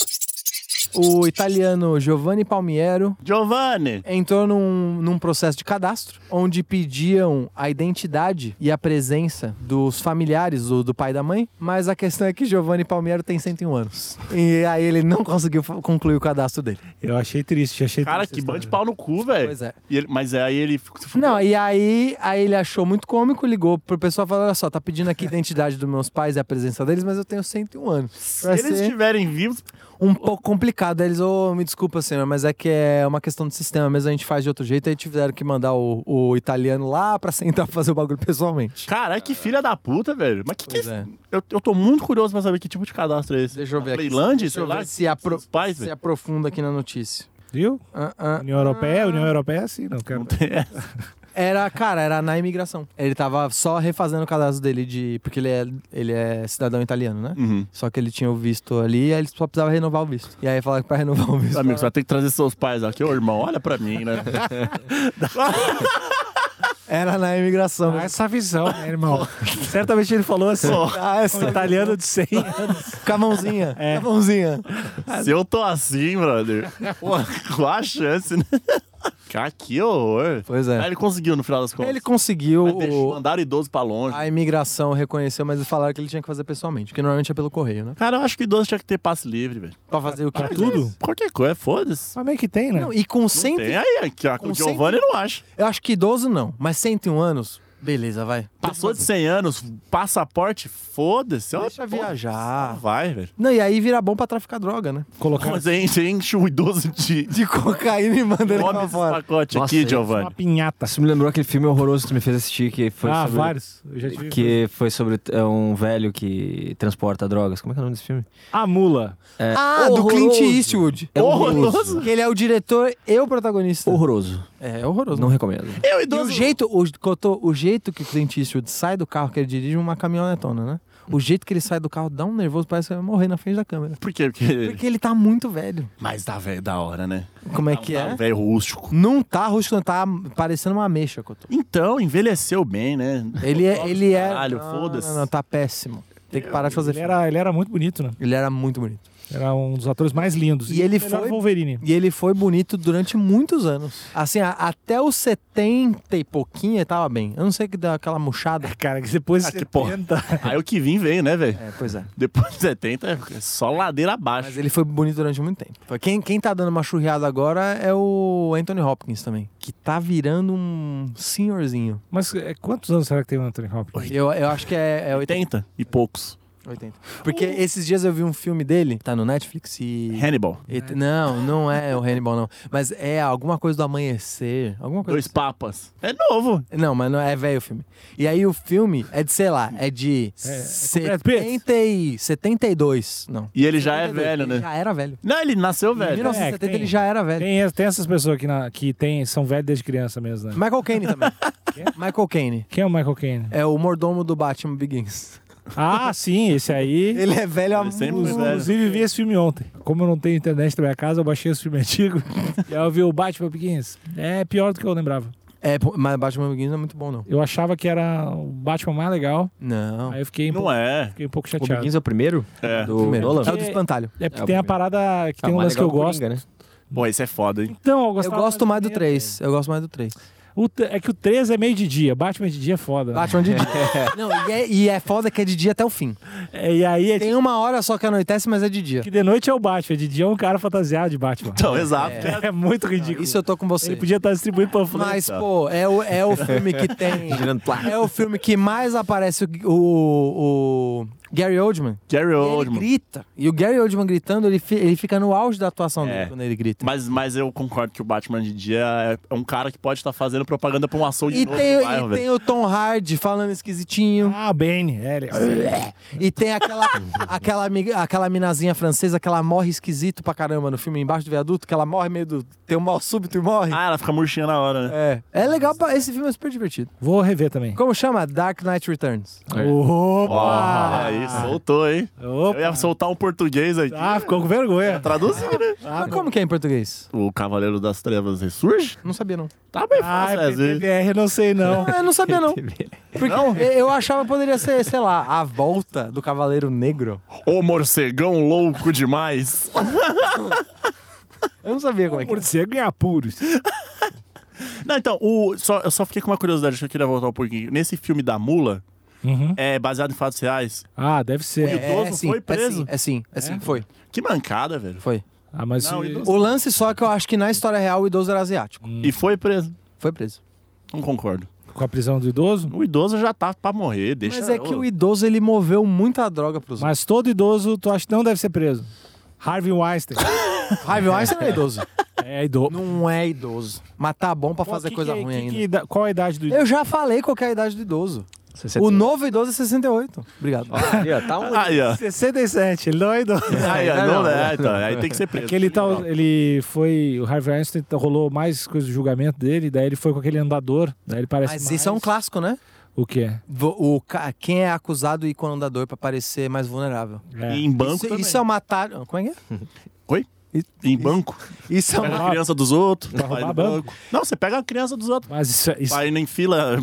Speaker 2: O italiano Giovanni Palmiero
Speaker 3: Giovanni,
Speaker 2: entrou num, num processo de cadastro onde pediam a identidade e a presença dos familiares, do, do pai e da mãe, mas a questão é que Giovanni Palmiero tem 101 anos. E aí ele não conseguiu fa- concluir o cadastro dele.
Speaker 1: Eu achei triste, achei
Speaker 3: cara,
Speaker 1: triste.
Speaker 3: que bando de pau no cu, velho.
Speaker 2: Pois é.
Speaker 3: E ele- Mas aí ele ficou se fudeu.
Speaker 2: Não, e aí, aí ele achou muito cômico, ligou pro pessoal e falou: olha só, tá pedindo aqui a identidade dos meus pais e a presença deles, mas eu tenho 101 anos.
Speaker 3: Se
Speaker 2: Vai
Speaker 3: eles
Speaker 2: ser
Speaker 3: estiverem vivos,
Speaker 2: um pouco complicado. Aí eles, ô, me desculpa, senhor, mas é que é uma questão de sistema mesmo, a gente faz de outro jeito, aí tiveram que mandar o, o italiano lá pra sentar pra fazer o bagulho pessoalmente.
Speaker 3: caralho, que filha da puta, velho. Mas que que é
Speaker 2: Pois
Speaker 3: isso?
Speaker 2: é.
Speaker 3: Eu, eu tô muito curioso pra saber que tipo de cadastro é esse.
Speaker 2: Deixa eu ver aqui.
Speaker 3: Freilândia,
Speaker 2: Deixa
Speaker 3: sei
Speaker 2: eu
Speaker 3: lá.
Speaker 2: ver se, apro
Speaker 3: os pais,
Speaker 2: se
Speaker 3: velho.
Speaker 2: aprofunda aqui na notícia.
Speaker 1: Viu?
Speaker 2: Ah, ah.
Speaker 1: União Europeia, União Europeia, sim, não quero.
Speaker 3: É,
Speaker 2: Era, cara, era na imigração. Ele tava só refazendo o cadastro dele de. Porque ele é, ele é cidadão italiano, né?
Speaker 3: Uhum.
Speaker 2: Só que ele tinha o visto ali, aí ele só precisava renovar o visto. E aí falaram que pra renovar o visto.
Speaker 3: Amigo, você vai ter que trazer seus pais aqui, ô irmão. Olha pra mim, né?
Speaker 2: Era na imigração.
Speaker 1: Ah, essa visão, né, irmão? Certamente ele falou assim.
Speaker 3: Pô,
Speaker 2: Ah,
Speaker 1: Um
Speaker 2: essa.
Speaker 1: italiano de 100
Speaker 2: Com a mãozinha.
Speaker 3: É.
Speaker 2: Com a mãozinha.
Speaker 3: Se eu tô assim, brother, pô, qual a chance, né? Cara, que horror.
Speaker 2: Pois
Speaker 3: Aí
Speaker 2: é.
Speaker 3: ele conseguiu no final das contas.
Speaker 2: Ele conseguiu.
Speaker 3: Mas deixou-
Speaker 2: o-
Speaker 3: Mandaram o idoso pra longe.
Speaker 2: A imigração reconheceu, mas eles falaram que ele tinha que fazer pessoalmente. Porque normalmente é pelo correio, né?
Speaker 3: Cara, eu acho que o idoso tinha que ter passe livre, velho.
Speaker 2: Pra fazer o que?
Speaker 3: Ah,
Speaker 1: pra Tá tudo.
Speaker 3: Qualquer coisa, foda-se.
Speaker 1: Mas meio que tem, né?
Speaker 2: Não, e com 100.
Speaker 3: Tem aí, é, que a-
Speaker 2: Ah, Com
Speaker 3: o Giovanni não acha.
Speaker 2: Eu acho que idoso não, mas 101 anos. Beleza, vai.
Speaker 3: Passou de 100 anos, passaporte, foda-se. ó,
Speaker 2: Deixa
Speaker 3: pô, Ah,
Speaker 2: viajar.
Speaker 3: Vai, velho.
Speaker 2: Não, e aí vira bom pra traficar droga, né?
Speaker 1: Colocar
Speaker 3: Mas aí você enche o idoso de...
Speaker 2: De cocaína e manda ele
Speaker 3: Come
Speaker 2: pra
Speaker 3: esse
Speaker 2: fora.
Speaker 3: pacote
Speaker 4: Nossa,
Speaker 3: aqui,
Speaker 4: isso
Speaker 1: uma
Speaker 3: Giovanni.
Speaker 1: pinhata.
Speaker 4: Isso me lembrou aquele filme horroroso que tu me fez assistir, que foi
Speaker 1: Ah,
Speaker 4: sobre...
Speaker 1: vários. Eu já tive.
Speaker 4: Que foi sobre é, um velho que transporta drogas. Como é que é o nome desse filme?
Speaker 1: A mula.
Speaker 4: É
Speaker 2: Ah, do
Speaker 4: horroroso.
Speaker 2: Clint Eastwood.
Speaker 4: É horroroso.
Speaker 2: Que ele é o diretor e o protagonista.
Speaker 4: Horroroso.
Speaker 2: É, é horroroso.
Speaker 4: Não recomendo.
Speaker 2: E
Speaker 3: Eu,
Speaker 2: o
Speaker 3: idoso...
Speaker 2: jeito, o, Cotô, o jeito que o Clint Eastwood sai do carro que ele dirige é uma caminhonetona, né?
Speaker 4: Hum.
Speaker 2: O jeito que ele sai do carro dá um nervoso, parece que vai morrer na frente da câmera.
Speaker 3: Por quê? Porque...
Speaker 2: Porque ele tá muito velho.
Speaker 3: Mas tá velho da hora, né?
Speaker 2: Como é que
Speaker 3: Tá um
Speaker 2: é?
Speaker 3: velho rústico.
Speaker 2: Não tá rústico, não, tá parecendo uma ameixa, Cotô.
Speaker 3: Então, envelheceu bem, né?
Speaker 2: Ele é. Ele é
Speaker 3: Caralho,
Speaker 2: Não,
Speaker 3: foda-se.
Speaker 2: Não, não, tá péssimo. Tem que parar de fazer
Speaker 1: Ele
Speaker 2: filme.
Speaker 1: era, ele era muito bonito, né?
Speaker 2: Ele era muito bonito.
Speaker 1: Era um dos atores mais lindos.
Speaker 2: E ele
Speaker 1: melhor
Speaker 2: foi-
Speaker 1: Wolverine.
Speaker 2: E ele foi bonito durante muitos anos. Assim, a- até os 70 e pouquinho ele tava bem. Eu não sei que dá aquela murchada.
Speaker 1: Cara, que depois
Speaker 3: Ah,
Speaker 1: de
Speaker 3: que porra.
Speaker 1: 70,
Speaker 3: Aí o que vim veio, né, velho?
Speaker 2: É, pois é.
Speaker 3: Depois de 70, é só ladeira abaixo.
Speaker 2: Mas ele foi bonito durante muito tempo. Foi- Quem, quem tá dando uma churriada agora é o Anthony Hopkins também, que tá virando um senhorzinho.
Speaker 1: Mas é, quantos anos será que tem o Anthony Hopkins?
Speaker 2: Eu, eu acho que é, é 80.
Speaker 3: 80 e poucos.
Speaker 2: 80. Porque esses dias eu vi um filme dele, tá no Netflix e.
Speaker 3: Hannibal.
Speaker 2: e- Não, não é o Hannibal, não. Mas é alguma coisa do amanhecer. Alguma coisa. assim.
Speaker 3: Dois papas. É novo.
Speaker 2: Não, mas não é velho o filme. E aí o filme é de, sei lá, é de
Speaker 1: É, é com
Speaker 2: 70 e 72. Não.
Speaker 3: E ele já é
Speaker 2: 72,
Speaker 3: velho,
Speaker 2: ele
Speaker 3: né?
Speaker 2: Já era velho.
Speaker 3: Não, ele nasceu
Speaker 2: Em
Speaker 3: velho.
Speaker 2: 1970
Speaker 1: tem-
Speaker 2: ele já era velho.
Speaker 1: Tem, tem essas pessoas aqui na, que tem, são velhas desde criança mesmo, né?
Speaker 2: Michael Caine também. Michael Caine.
Speaker 1: Quem é o Michael Caine?
Speaker 2: É o mordomo do Batman Begins.
Speaker 1: Ah, sim, esse aí.
Speaker 2: Ele é velho há
Speaker 3: Ele sempre
Speaker 2: muito-
Speaker 3: foi velho.
Speaker 1: Inclusive, vi esse filme ontem. Como eu não tenho internet na minha casa, eu baixei esse filme antigo. e aí eu vi o Batman Begins. É pior do que eu lembrava.
Speaker 2: É, pô, mas Batman Begins não é muito bom, não.
Speaker 1: Eu achava que era o Batman mais legal.
Speaker 2: Não.
Speaker 1: Aí eu fiquei um,
Speaker 3: Não
Speaker 1: pouco,
Speaker 3: é.
Speaker 1: fiquei um pouco
Speaker 4: O
Speaker 1: chateado.
Speaker 4: Begins é o primeiro?
Speaker 3: É.
Speaker 4: Do
Speaker 2: Primeiro.
Speaker 4: Nolan?
Speaker 2: É o do espantalho.
Speaker 1: É porque
Speaker 4: É, o
Speaker 1: tem a
Speaker 4: primeiro.
Speaker 1: parada que tem
Speaker 4: Ah,
Speaker 1: um
Speaker 4: mais
Speaker 1: lance que eu
Speaker 4: legal o
Speaker 1: gosto.
Speaker 4: Coringa, né?
Speaker 3: Pô, esse é foda, hein?
Speaker 1: Então, eu,
Speaker 2: Eu
Speaker 1: gostava
Speaker 2: gosto mais do
Speaker 1: primeiro.
Speaker 2: 3. Eu gosto mais do 3.
Speaker 1: O t- é que o 3 é meio de dia. Batman de dia é foda. né?
Speaker 2: Batman de dia. Não, e é, e é foda que é de dia até o fim.
Speaker 1: É, e aí é
Speaker 2: Tem uma hora só que anoitece, mas é de dia.
Speaker 1: que de noite é o Batman. De dia é um cara fantasiado de Batman.
Speaker 3: Então, exato.
Speaker 1: É muito ridículo.
Speaker 2: Isso eu tô com você.
Speaker 1: Ele podia estar distribuindo panfleto.
Speaker 2: Mas, pô, é o, é o filme que tem.
Speaker 4: Girando placa.
Speaker 2: É o filme que mais aparece o, o, o Gary Oldman.
Speaker 3: Gary
Speaker 2: E Ele
Speaker 3: Oldman.
Speaker 2: grita. E o Gary Oldman gritando, ele, fi- ele fica no auge da atuação
Speaker 3: É.
Speaker 2: dele quando ele grita.
Speaker 3: Mas, mas eu concordo que o Batman de dia é- é um cara que pode estar fazendo propaganda pra um açougue
Speaker 2: E
Speaker 3: de novo
Speaker 2: tem,
Speaker 3: no
Speaker 2: e
Speaker 3: bairro, velho.
Speaker 2: tem o Tom Hardy falando esquisitinho.
Speaker 1: Ah, Bane. É, ele-
Speaker 2: E tem aquela, aquela, amiga- aquela minazinha francesa que ela morre esquisito pra caramba no filme Embaixo do Viaduto, que ela morre meio do. Tem um mal súbito e morre.
Speaker 3: Ah, ela fica murchinha na hora, né?
Speaker 2: É. É legal, pra, esse filme é super divertido.
Speaker 1: Vou rever também.
Speaker 2: Como chama? Dark Knight Returns.
Speaker 3: Ó,
Speaker 2: Ah.
Speaker 1: Opa!
Speaker 3: É. Ah, aí, soltou, hein? Eu
Speaker 1: Opa!
Speaker 3: ia soltar um português aqui.
Speaker 1: Ah, ficou com vergonha.
Speaker 3: Traduzir, né?
Speaker 2: Mas como que é em português?
Speaker 3: O Cavaleiro das Trevas ressurge?
Speaker 2: Não sabia, não.
Speaker 3: Tá bem
Speaker 1: Ah,
Speaker 3: fácil, às vezes.
Speaker 1: PBR, não sei não.
Speaker 2: Ah, eu não sabia, não. Porque eu achava que poderia ser, sei lá, a volta do Cavaleiro Negro.
Speaker 3: Ô morcegão louco demais.
Speaker 2: Eu não sabia como é que
Speaker 1: Por
Speaker 2: era.
Speaker 1: ser ganhar puros.
Speaker 3: Não, então, o, só, eu só fiquei com uma curiosidade que eu queria voltar um pouquinho. Nesse filme da Mula, é baseado em fatos reais.
Speaker 1: Uhum. Ah, deve ser.
Speaker 3: É. idoso foi preso?
Speaker 2: É sim, é sim, foi,
Speaker 3: Que mancada, velho.
Speaker 2: foi.
Speaker 1: Ah, mas
Speaker 3: Não, idoso.
Speaker 2: O lance só é que eu acho que na história real o idoso era asiático.
Speaker 3: E foi preso.
Speaker 2: Foi preso.
Speaker 3: Não concordo.
Speaker 1: com a prisão do idoso?
Speaker 3: O idoso já tá pra morrer, deixa
Speaker 2: Mas é que o idoso, ele moveu muita droga pros outros.
Speaker 1: Mas todo idoso, tu acha que não deve ser preso. Harvey Weinstein.
Speaker 2: Harvey Weinstein não é idoso.
Speaker 1: é idoso.
Speaker 2: Não é idoso. Mas tá bom pra fazer
Speaker 1: Que
Speaker 2: coisa
Speaker 1: que- é,
Speaker 2: ruim
Speaker 1: que-
Speaker 2: ainda.
Speaker 1: que ida- qual a idade do idoso?
Speaker 2: Eu já falei qual que é a idade do idoso.
Speaker 4: 60.
Speaker 2: O novo idoso é 68. Obrigado.
Speaker 4: Ali, ó, tá um...
Speaker 3: Ah, Aí, ó.
Speaker 1: 67, ele não é idoso.
Speaker 3: Aí, ó.
Speaker 4: Não,
Speaker 3: Não,
Speaker 4: não,
Speaker 3: é, então, aí tem que ser preso.
Speaker 1: Que ele, tá, ele foi. O Harvey Weinstein tá, rolou mais coisa do julgamento dele, daí ele foi com aquele andador. Daí ele parece.
Speaker 2: Mas
Speaker 1: mais...
Speaker 2: isso é um clássico, né?
Speaker 1: O que é?
Speaker 2: Vo- O, ca- quem é acusado e com andador pra parecer mais vulnerável.
Speaker 3: E em banco
Speaker 2: Isso,
Speaker 3: também.
Speaker 2: isso é uma tática. Como é que é?
Speaker 3: Oi?
Speaker 2: Isso-
Speaker 3: Em banco?
Speaker 2: Isso é
Speaker 3: Pega
Speaker 2: uma.
Speaker 3: a criança dos outros. vai
Speaker 1: roubar
Speaker 3: no
Speaker 1: banco.
Speaker 3: Não, você pega a criança dos outros.
Speaker 1: Mas isso, é, isso...
Speaker 3: Vai em fila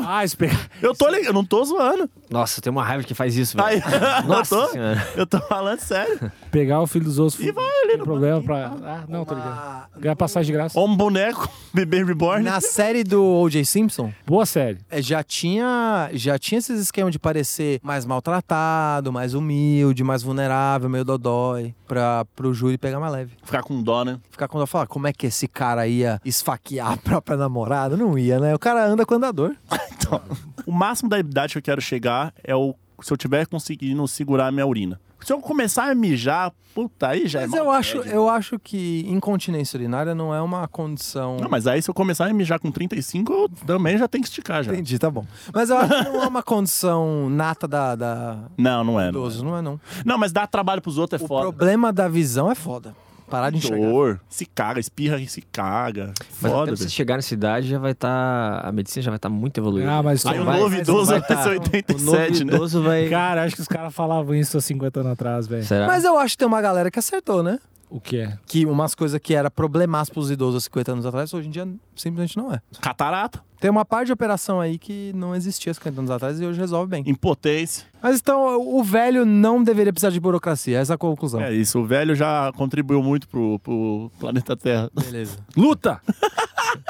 Speaker 1: Ah, isso pega...
Speaker 3: Eu tô ligado, eu não tô zoando.
Speaker 4: Nossa, eu tenho uma raiva de quem faz isso,
Speaker 3: Tá Aí,
Speaker 4: velho. Nossa
Speaker 3: eu, tô,
Speaker 4: senhora.
Speaker 3: eu tô falando sério.
Speaker 1: pegar o filho dos outros.
Speaker 3: E vai
Speaker 1: tem
Speaker 3: ali no
Speaker 1: problema pra. Ah, não, tô ligado.
Speaker 2: Ah,
Speaker 1: Ganhar passagem de graça.
Speaker 3: Ou um boneco, bebê reborn.
Speaker 2: Na série do O.J. Simpson,
Speaker 1: Boa série.
Speaker 2: é, já tinha, já tinha esses esquemas de parecer mais maltratado, mais humilde, mais vulnerável, meio dodói, pra, pro júri pegar mais leve.
Speaker 3: Ficar com dó, né?
Speaker 2: Ficar quando eu falar, como é que esse cara ia esfaquear a própria namorada? Não ia, né? O cara anda com andador.
Speaker 3: Então, O máximo da idade que eu quero chegar é o se eu tiver conseguindo segurar a minha urina. Se eu começar a mijar, puta, aí já
Speaker 2: Mas
Speaker 3: é
Speaker 2: eu acho,
Speaker 3: maldade.
Speaker 2: eu acho que incontinência urinária não é uma condição.
Speaker 3: Não, mas aí se eu começar a mijar com 35, eu também já tenho que esticar já.
Speaker 2: Entendi, tá bom. Mas eu acho que não é uma condição nata da, da...
Speaker 3: Não, não é. Não, é.
Speaker 2: idoso, não é não.
Speaker 3: Não, mas dar trabalho pros outros é
Speaker 2: O
Speaker 3: foda.
Speaker 2: problema da visão é foda. Parar de enxergar.
Speaker 3: Dor, se caga, espirra e se caga.
Speaker 4: Mas
Speaker 3: Foda,
Speaker 4: até você
Speaker 3: velho.
Speaker 4: chegar nessa idade, já vai estar. A medicina já vai estar muito evoluída.
Speaker 1: Ah, mas
Speaker 3: Aí
Speaker 1: tu
Speaker 3: o
Speaker 1: vai-
Speaker 3: novo
Speaker 2: mas
Speaker 3: idoso
Speaker 2: vai
Speaker 3: vai um
Speaker 2: tá.
Speaker 3: ser
Speaker 4: o novo
Speaker 3: 87, né?
Speaker 4: idoso vai.
Speaker 1: Cara, acho que os caras falavam isso há 50 anos atrás, velho.
Speaker 3: né?
Speaker 4: Será?
Speaker 2: Mas eu acho que tem uma galera que acertou, né?
Speaker 1: O que é?
Speaker 2: Que umas coisas que era problemas pros idosos há 50 anos atrás, hoje em dia simplesmente não é.
Speaker 3: Catarata,
Speaker 2: Tem uma parte de operação aí que não existia há 50 anos atrás e hoje resolve bem.
Speaker 3: impotência.
Speaker 2: Mas então, o velho não deveria precisar de burocracia. Essa é a conclusão.
Speaker 3: É isso, o velho já contribuiu muito pro, pro planeta Terra.
Speaker 2: Beleza.
Speaker 1: Luta!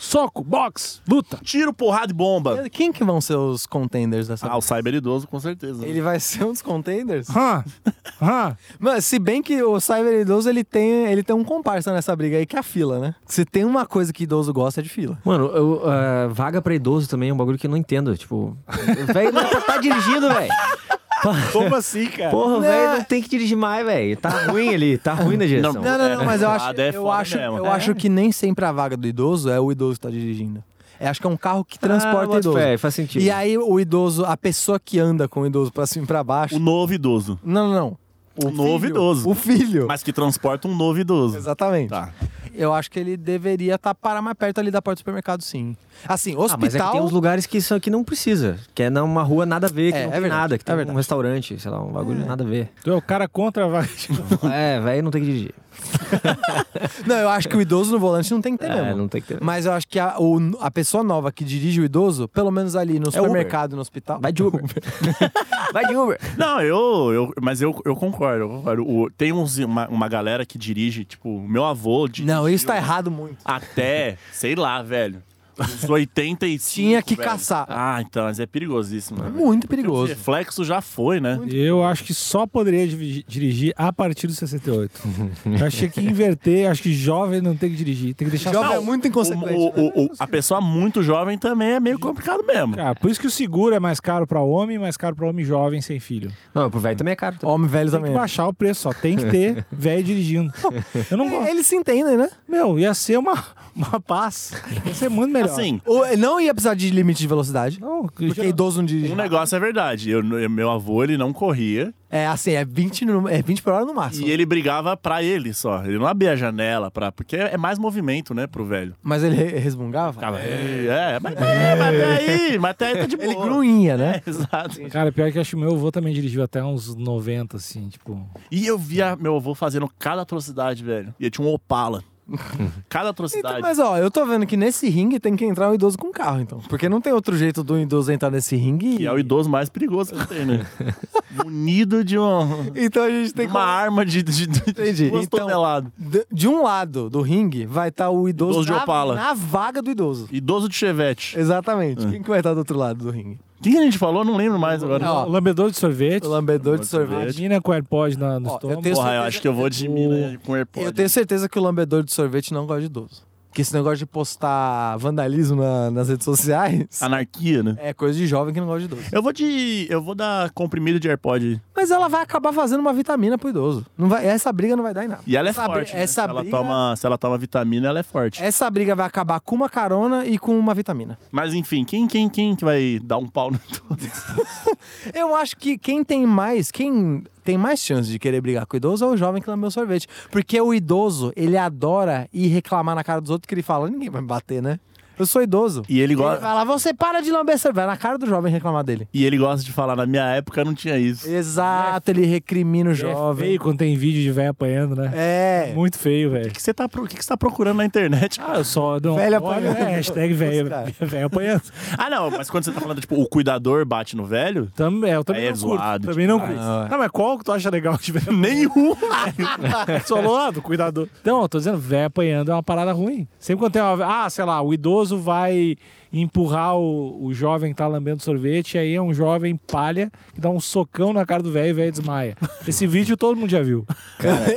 Speaker 1: Soco, box, luta!
Speaker 3: Tiro, porrada e bomba.
Speaker 2: Quem que vão ser os contenders dessa
Speaker 3: Ah, o cyber idoso, com certeza. né?
Speaker 2: Ele vai ser um dos contenders?
Speaker 1: Hã? Hã?
Speaker 2: Mas se bem que o Cyber Idoso ele tem, ele tem um comparsa nessa briga aí, que é a fila, né? Se tem uma coisa que idoso gosta é de fila.
Speaker 4: Mano, eu, ah, vaga pra idoso também é um bagulho que eu não entendo. Tipo, o velho não é pra tá dirigindo, velho.
Speaker 1: Como assim,
Speaker 3: É.
Speaker 1: cara?
Speaker 4: Porra,
Speaker 2: Não.
Speaker 4: velho, não tem que dirigir mais, velho. Tá ruim ali, tá ruim na direção.
Speaker 3: Não,
Speaker 2: Não, não, não,
Speaker 3: É,
Speaker 2: mas eu acho,
Speaker 3: foda, é
Speaker 2: eu,
Speaker 3: foda
Speaker 2: acho
Speaker 3: mesmo.
Speaker 2: eu
Speaker 3: É.
Speaker 2: acho que nem sempre a vaga do idoso é o idoso que tá dirigindo. Eu acho que é um carro que transporta
Speaker 4: ah,
Speaker 2: idoso.
Speaker 4: É, faz sentido.
Speaker 2: E aí o idoso, a pessoa que anda com o idoso pra cima e pra baixo.
Speaker 3: O novo idoso.
Speaker 2: Não, não, não.
Speaker 3: O novo
Speaker 2: filho.
Speaker 3: idoso.
Speaker 2: O filho.
Speaker 3: Mas que transporta um novo idoso.
Speaker 2: Exatamente.
Speaker 3: Tá.
Speaker 2: Eu acho que ele deveria estar parar mais perto ali da porta do supermercado, sim. Assim, hospital.
Speaker 4: Ah, mas é que tem uns lugares que isso aqui não precisa. Que é numa rua nada a ver, que
Speaker 2: É,
Speaker 4: não
Speaker 2: é
Speaker 4: tem
Speaker 2: verdade,
Speaker 4: nada, que
Speaker 2: é
Speaker 4: tem um
Speaker 2: verdade.
Speaker 4: restaurante, sei lá, um bagulho nada a ver.
Speaker 1: Tu é o cara contra a vaga de
Speaker 4: É, velho, não tem que dirigir.
Speaker 2: Não, eu acho que o idoso no volante não tem que ter
Speaker 4: É,
Speaker 2: mesmo.
Speaker 4: não tem que ter.
Speaker 2: Mas eu acho que a, o- a pessoa nova que dirige o idoso, pelo menos ali no
Speaker 4: É Uber.
Speaker 2: supermercado, no hospital.
Speaker 4: Vai de Uber. Vai de Uber.
Speaker 3: Não, eu, eu mas eu, eu concordo, eu concordo. O- tem uns, uma, uma galera que dirige, tipo, o meu avô de
Speaker 2: Não, isso tá errado muito.
Speaker 3: até, sei lá, velho, uns 85.
Speaker 2: Tinha que
Speaker 3: velho.
Speaker 2: caçar.
Speaker 3: Ah, então, mas é perigosíssimo. né, velho?
Speaker 2: Muito
Speaker 3: O
Speaker 2: perigoso.
Speaker 3: reflexo já foi, né?
Speaker 1: Eu acho que só poderia divi- dirigir a partir do 68. Eu achei que inverter, acho que jovem não tem que dirigir, tem que deixar
Speaker 2: Jovem
Speaker 1: só- um
Speaker 2: é muito
Speaker 3: O-
Speaker 2: inconsequente.
Speaker 3: o- o- o- a pessoa muito jovem também é meio complicado mesmo.
Speaker 1: Cara, por isso que o seguro é mais caro pra homem, mais caro pra homem jovem sem filho.
Speaker 4: Não, pro velho também é caro. também.
Speaker 2: Homem velho
Speaker 1: Tem que
Speaker 2: também.
Speaker 1: baixar o preço, só tem que ter velho dirigindo. Eu não gosto.
Speaker 2: Eles se entendem, né?
Speaker 1: Meu, ia ser uma, uma paz. Ia ser muito melhor.
Speaker 3: Assim,
Speaker 2: Ou não ia precisar de limite de velocidade.
Speaker 1: Não, que
Speaker 2: Porque
Speaker 1: já-
Speaker 2: idoso não dirige.
Speaker 3: um negócio é verdade. Eu- meu avô, ele não corria
Speaker 2: É assim, é 20, no- é 20 por hora no máximo.
Speaker 3: e ele brigava pra ele só. Ele não abria a janela pra. Porque é mais movimento, né, pro velho.
Speaker 2: Mas ele re- resmungava?
Speaker 3: Ficava, é, é, mas, é, mas até aí, mas até aí tá de boa.
Speaker 2: Ele grunhinha, né?
Speaker 3: É, exato.
Speaker 1: Cara, pior que acho que meu avô também dirigiu até uns 90, assim, tipo.
Speaker 3: E eu via meu avô fazendo cada atrocidade, velho. E ele tinha um Opala. Cada atrocidade.
Speaker 2: Então, mas ó, eu tô vendo que nesse ringue tem que entrar um idoso com carro, então. Porque não tem outro jeito do idoso entrar nesse ringue.
Speaker 3: E é o idoso mais perigoso que tem, né? Munido de um-
Speaker 2: Então a gente tem que.
Speaker 3: uma arma de, de, de
Speaker 2: Entendi.
Speaker 3: duas
Speaker 2: Então-
Speaker 3: toneladas.
Speaker 2: De, de um lado do ringue vai estar o idoso,
Speaker 3: Idoso de
Speaker 2: na,
Speaker 3: Opala. É.
Speaker 2: na vaga do idoso.
Speaker 3: Idoso de chevette.
Speaker 2: Exatamente. Quem que vai estar do outro lado do ringue?
Speaker 3: Quem que a gente falou? Não lembro mais agora.
Speaker 2: Ó,
Speaker 1: lambedor de sorvete.
Speaker 2: O lambedor de sorvete.
Speaker 1: Imagina com o AirPod na, no
Speaker 2: Ó, eu
Speaker 1: estômago.
Speaker 2: tenho-
Speaker 3: Porra, eu acho que eu vou de mina com AirPod.
Speaker 2: Eu tenho certeza que o lambedor de sorvete não gosta de idoso. Que esse negócio de postar vandalismo na- nas redes sociais
Speaker 3: Anarquia, né?
Speaker 2: é coisa de jovem que não gosta de idoso.
Speaker 3: Eu vou de. Eu vou dar comprimido de AirPod.
Speaker 2: Mas ela vai acabar fazendo uma vitamina pro idoso. Não vai, essa briga não vai dar em nada.
Speaker 3: E ela é
Speaker 2: Essa bri-
Speaker 3: forte. né?
Speaker 2: essa
Speaker 3: se, ela
Speaker 2: briga-
Speaker 3: toma, se ela toma vitamina, ela é forte.
Speaker 2: Essa briga vai acabar com uma carona e com uma vitamina.
Speaker 3: Mas enfim, quem, quem, quem que vai dar um pau no idoso?
Speaker 2: Eu acho que quem tem mais, quem tem mais chance de querer brigar com o idoso é o jovem que lambeu sorvete. Porque o idoso, ele adora ir reclamar na cara dos outros que ele fala, ninguém vai me bater, né? Eu sou idoso.
Speaker 3: E ele,
Speaker 2: Ele
Speaker 3: gosta.
Speaker 2: vai lá, você para de lamber sorvete. Vai na cara do jovem reclamar dele.
Speaker 3: E ele gosta de falar, na minha época não tinha isso.
Speaker 2: Exato, ele recrimina o
Speaker 1: É feio
Speaker 2: jovem.
Speaker 1: quando tem vídeo de velho apanhando, né?
Speaker 2: É.
Speaker 1: Muito feio,
Speaker 3: O
Speaker 1: velho.
Speaker 3: que você tá, pro- o que que você tá procurando na internet?
Speaker 1: Ah, eu só não.
Speaker 2: Velho
Speaker 1: Olha,
Speaker 2: apanhando.
Speaker 1: É, hashtag velho,
Speaker 2: Nossa,
Speaker 1: velho apanhando.
Speaker 3: Ah, não, mas quando você tá falando, tipo, o cuidador bate no velho?
Speaker 1: Também, eu também
Speaker 3: Aí é
Speaker 1: não curto.
Speaker 3: zoado,
Speaker 1: também
Speaker 3: tipo,
Speaker 1: não curto.
Speaker 2: ah, não, é.
Speaker 1: não, mas qual que tu acha legal de velho?
Speaker 3: Nenhum!
Speaker 1: Só lá do cuidador. Então, eu tô dizendo, velho apanhando é uma parada ruim. Sempre quando tem uma. Ah, sei lá, o idoso vai empurrar o, o jovem que tá lambendo sorvete, e aí é um jovem palha que dá um socão na cara do velho e o velho desmaia. Esse vídeo todo mundo já viu.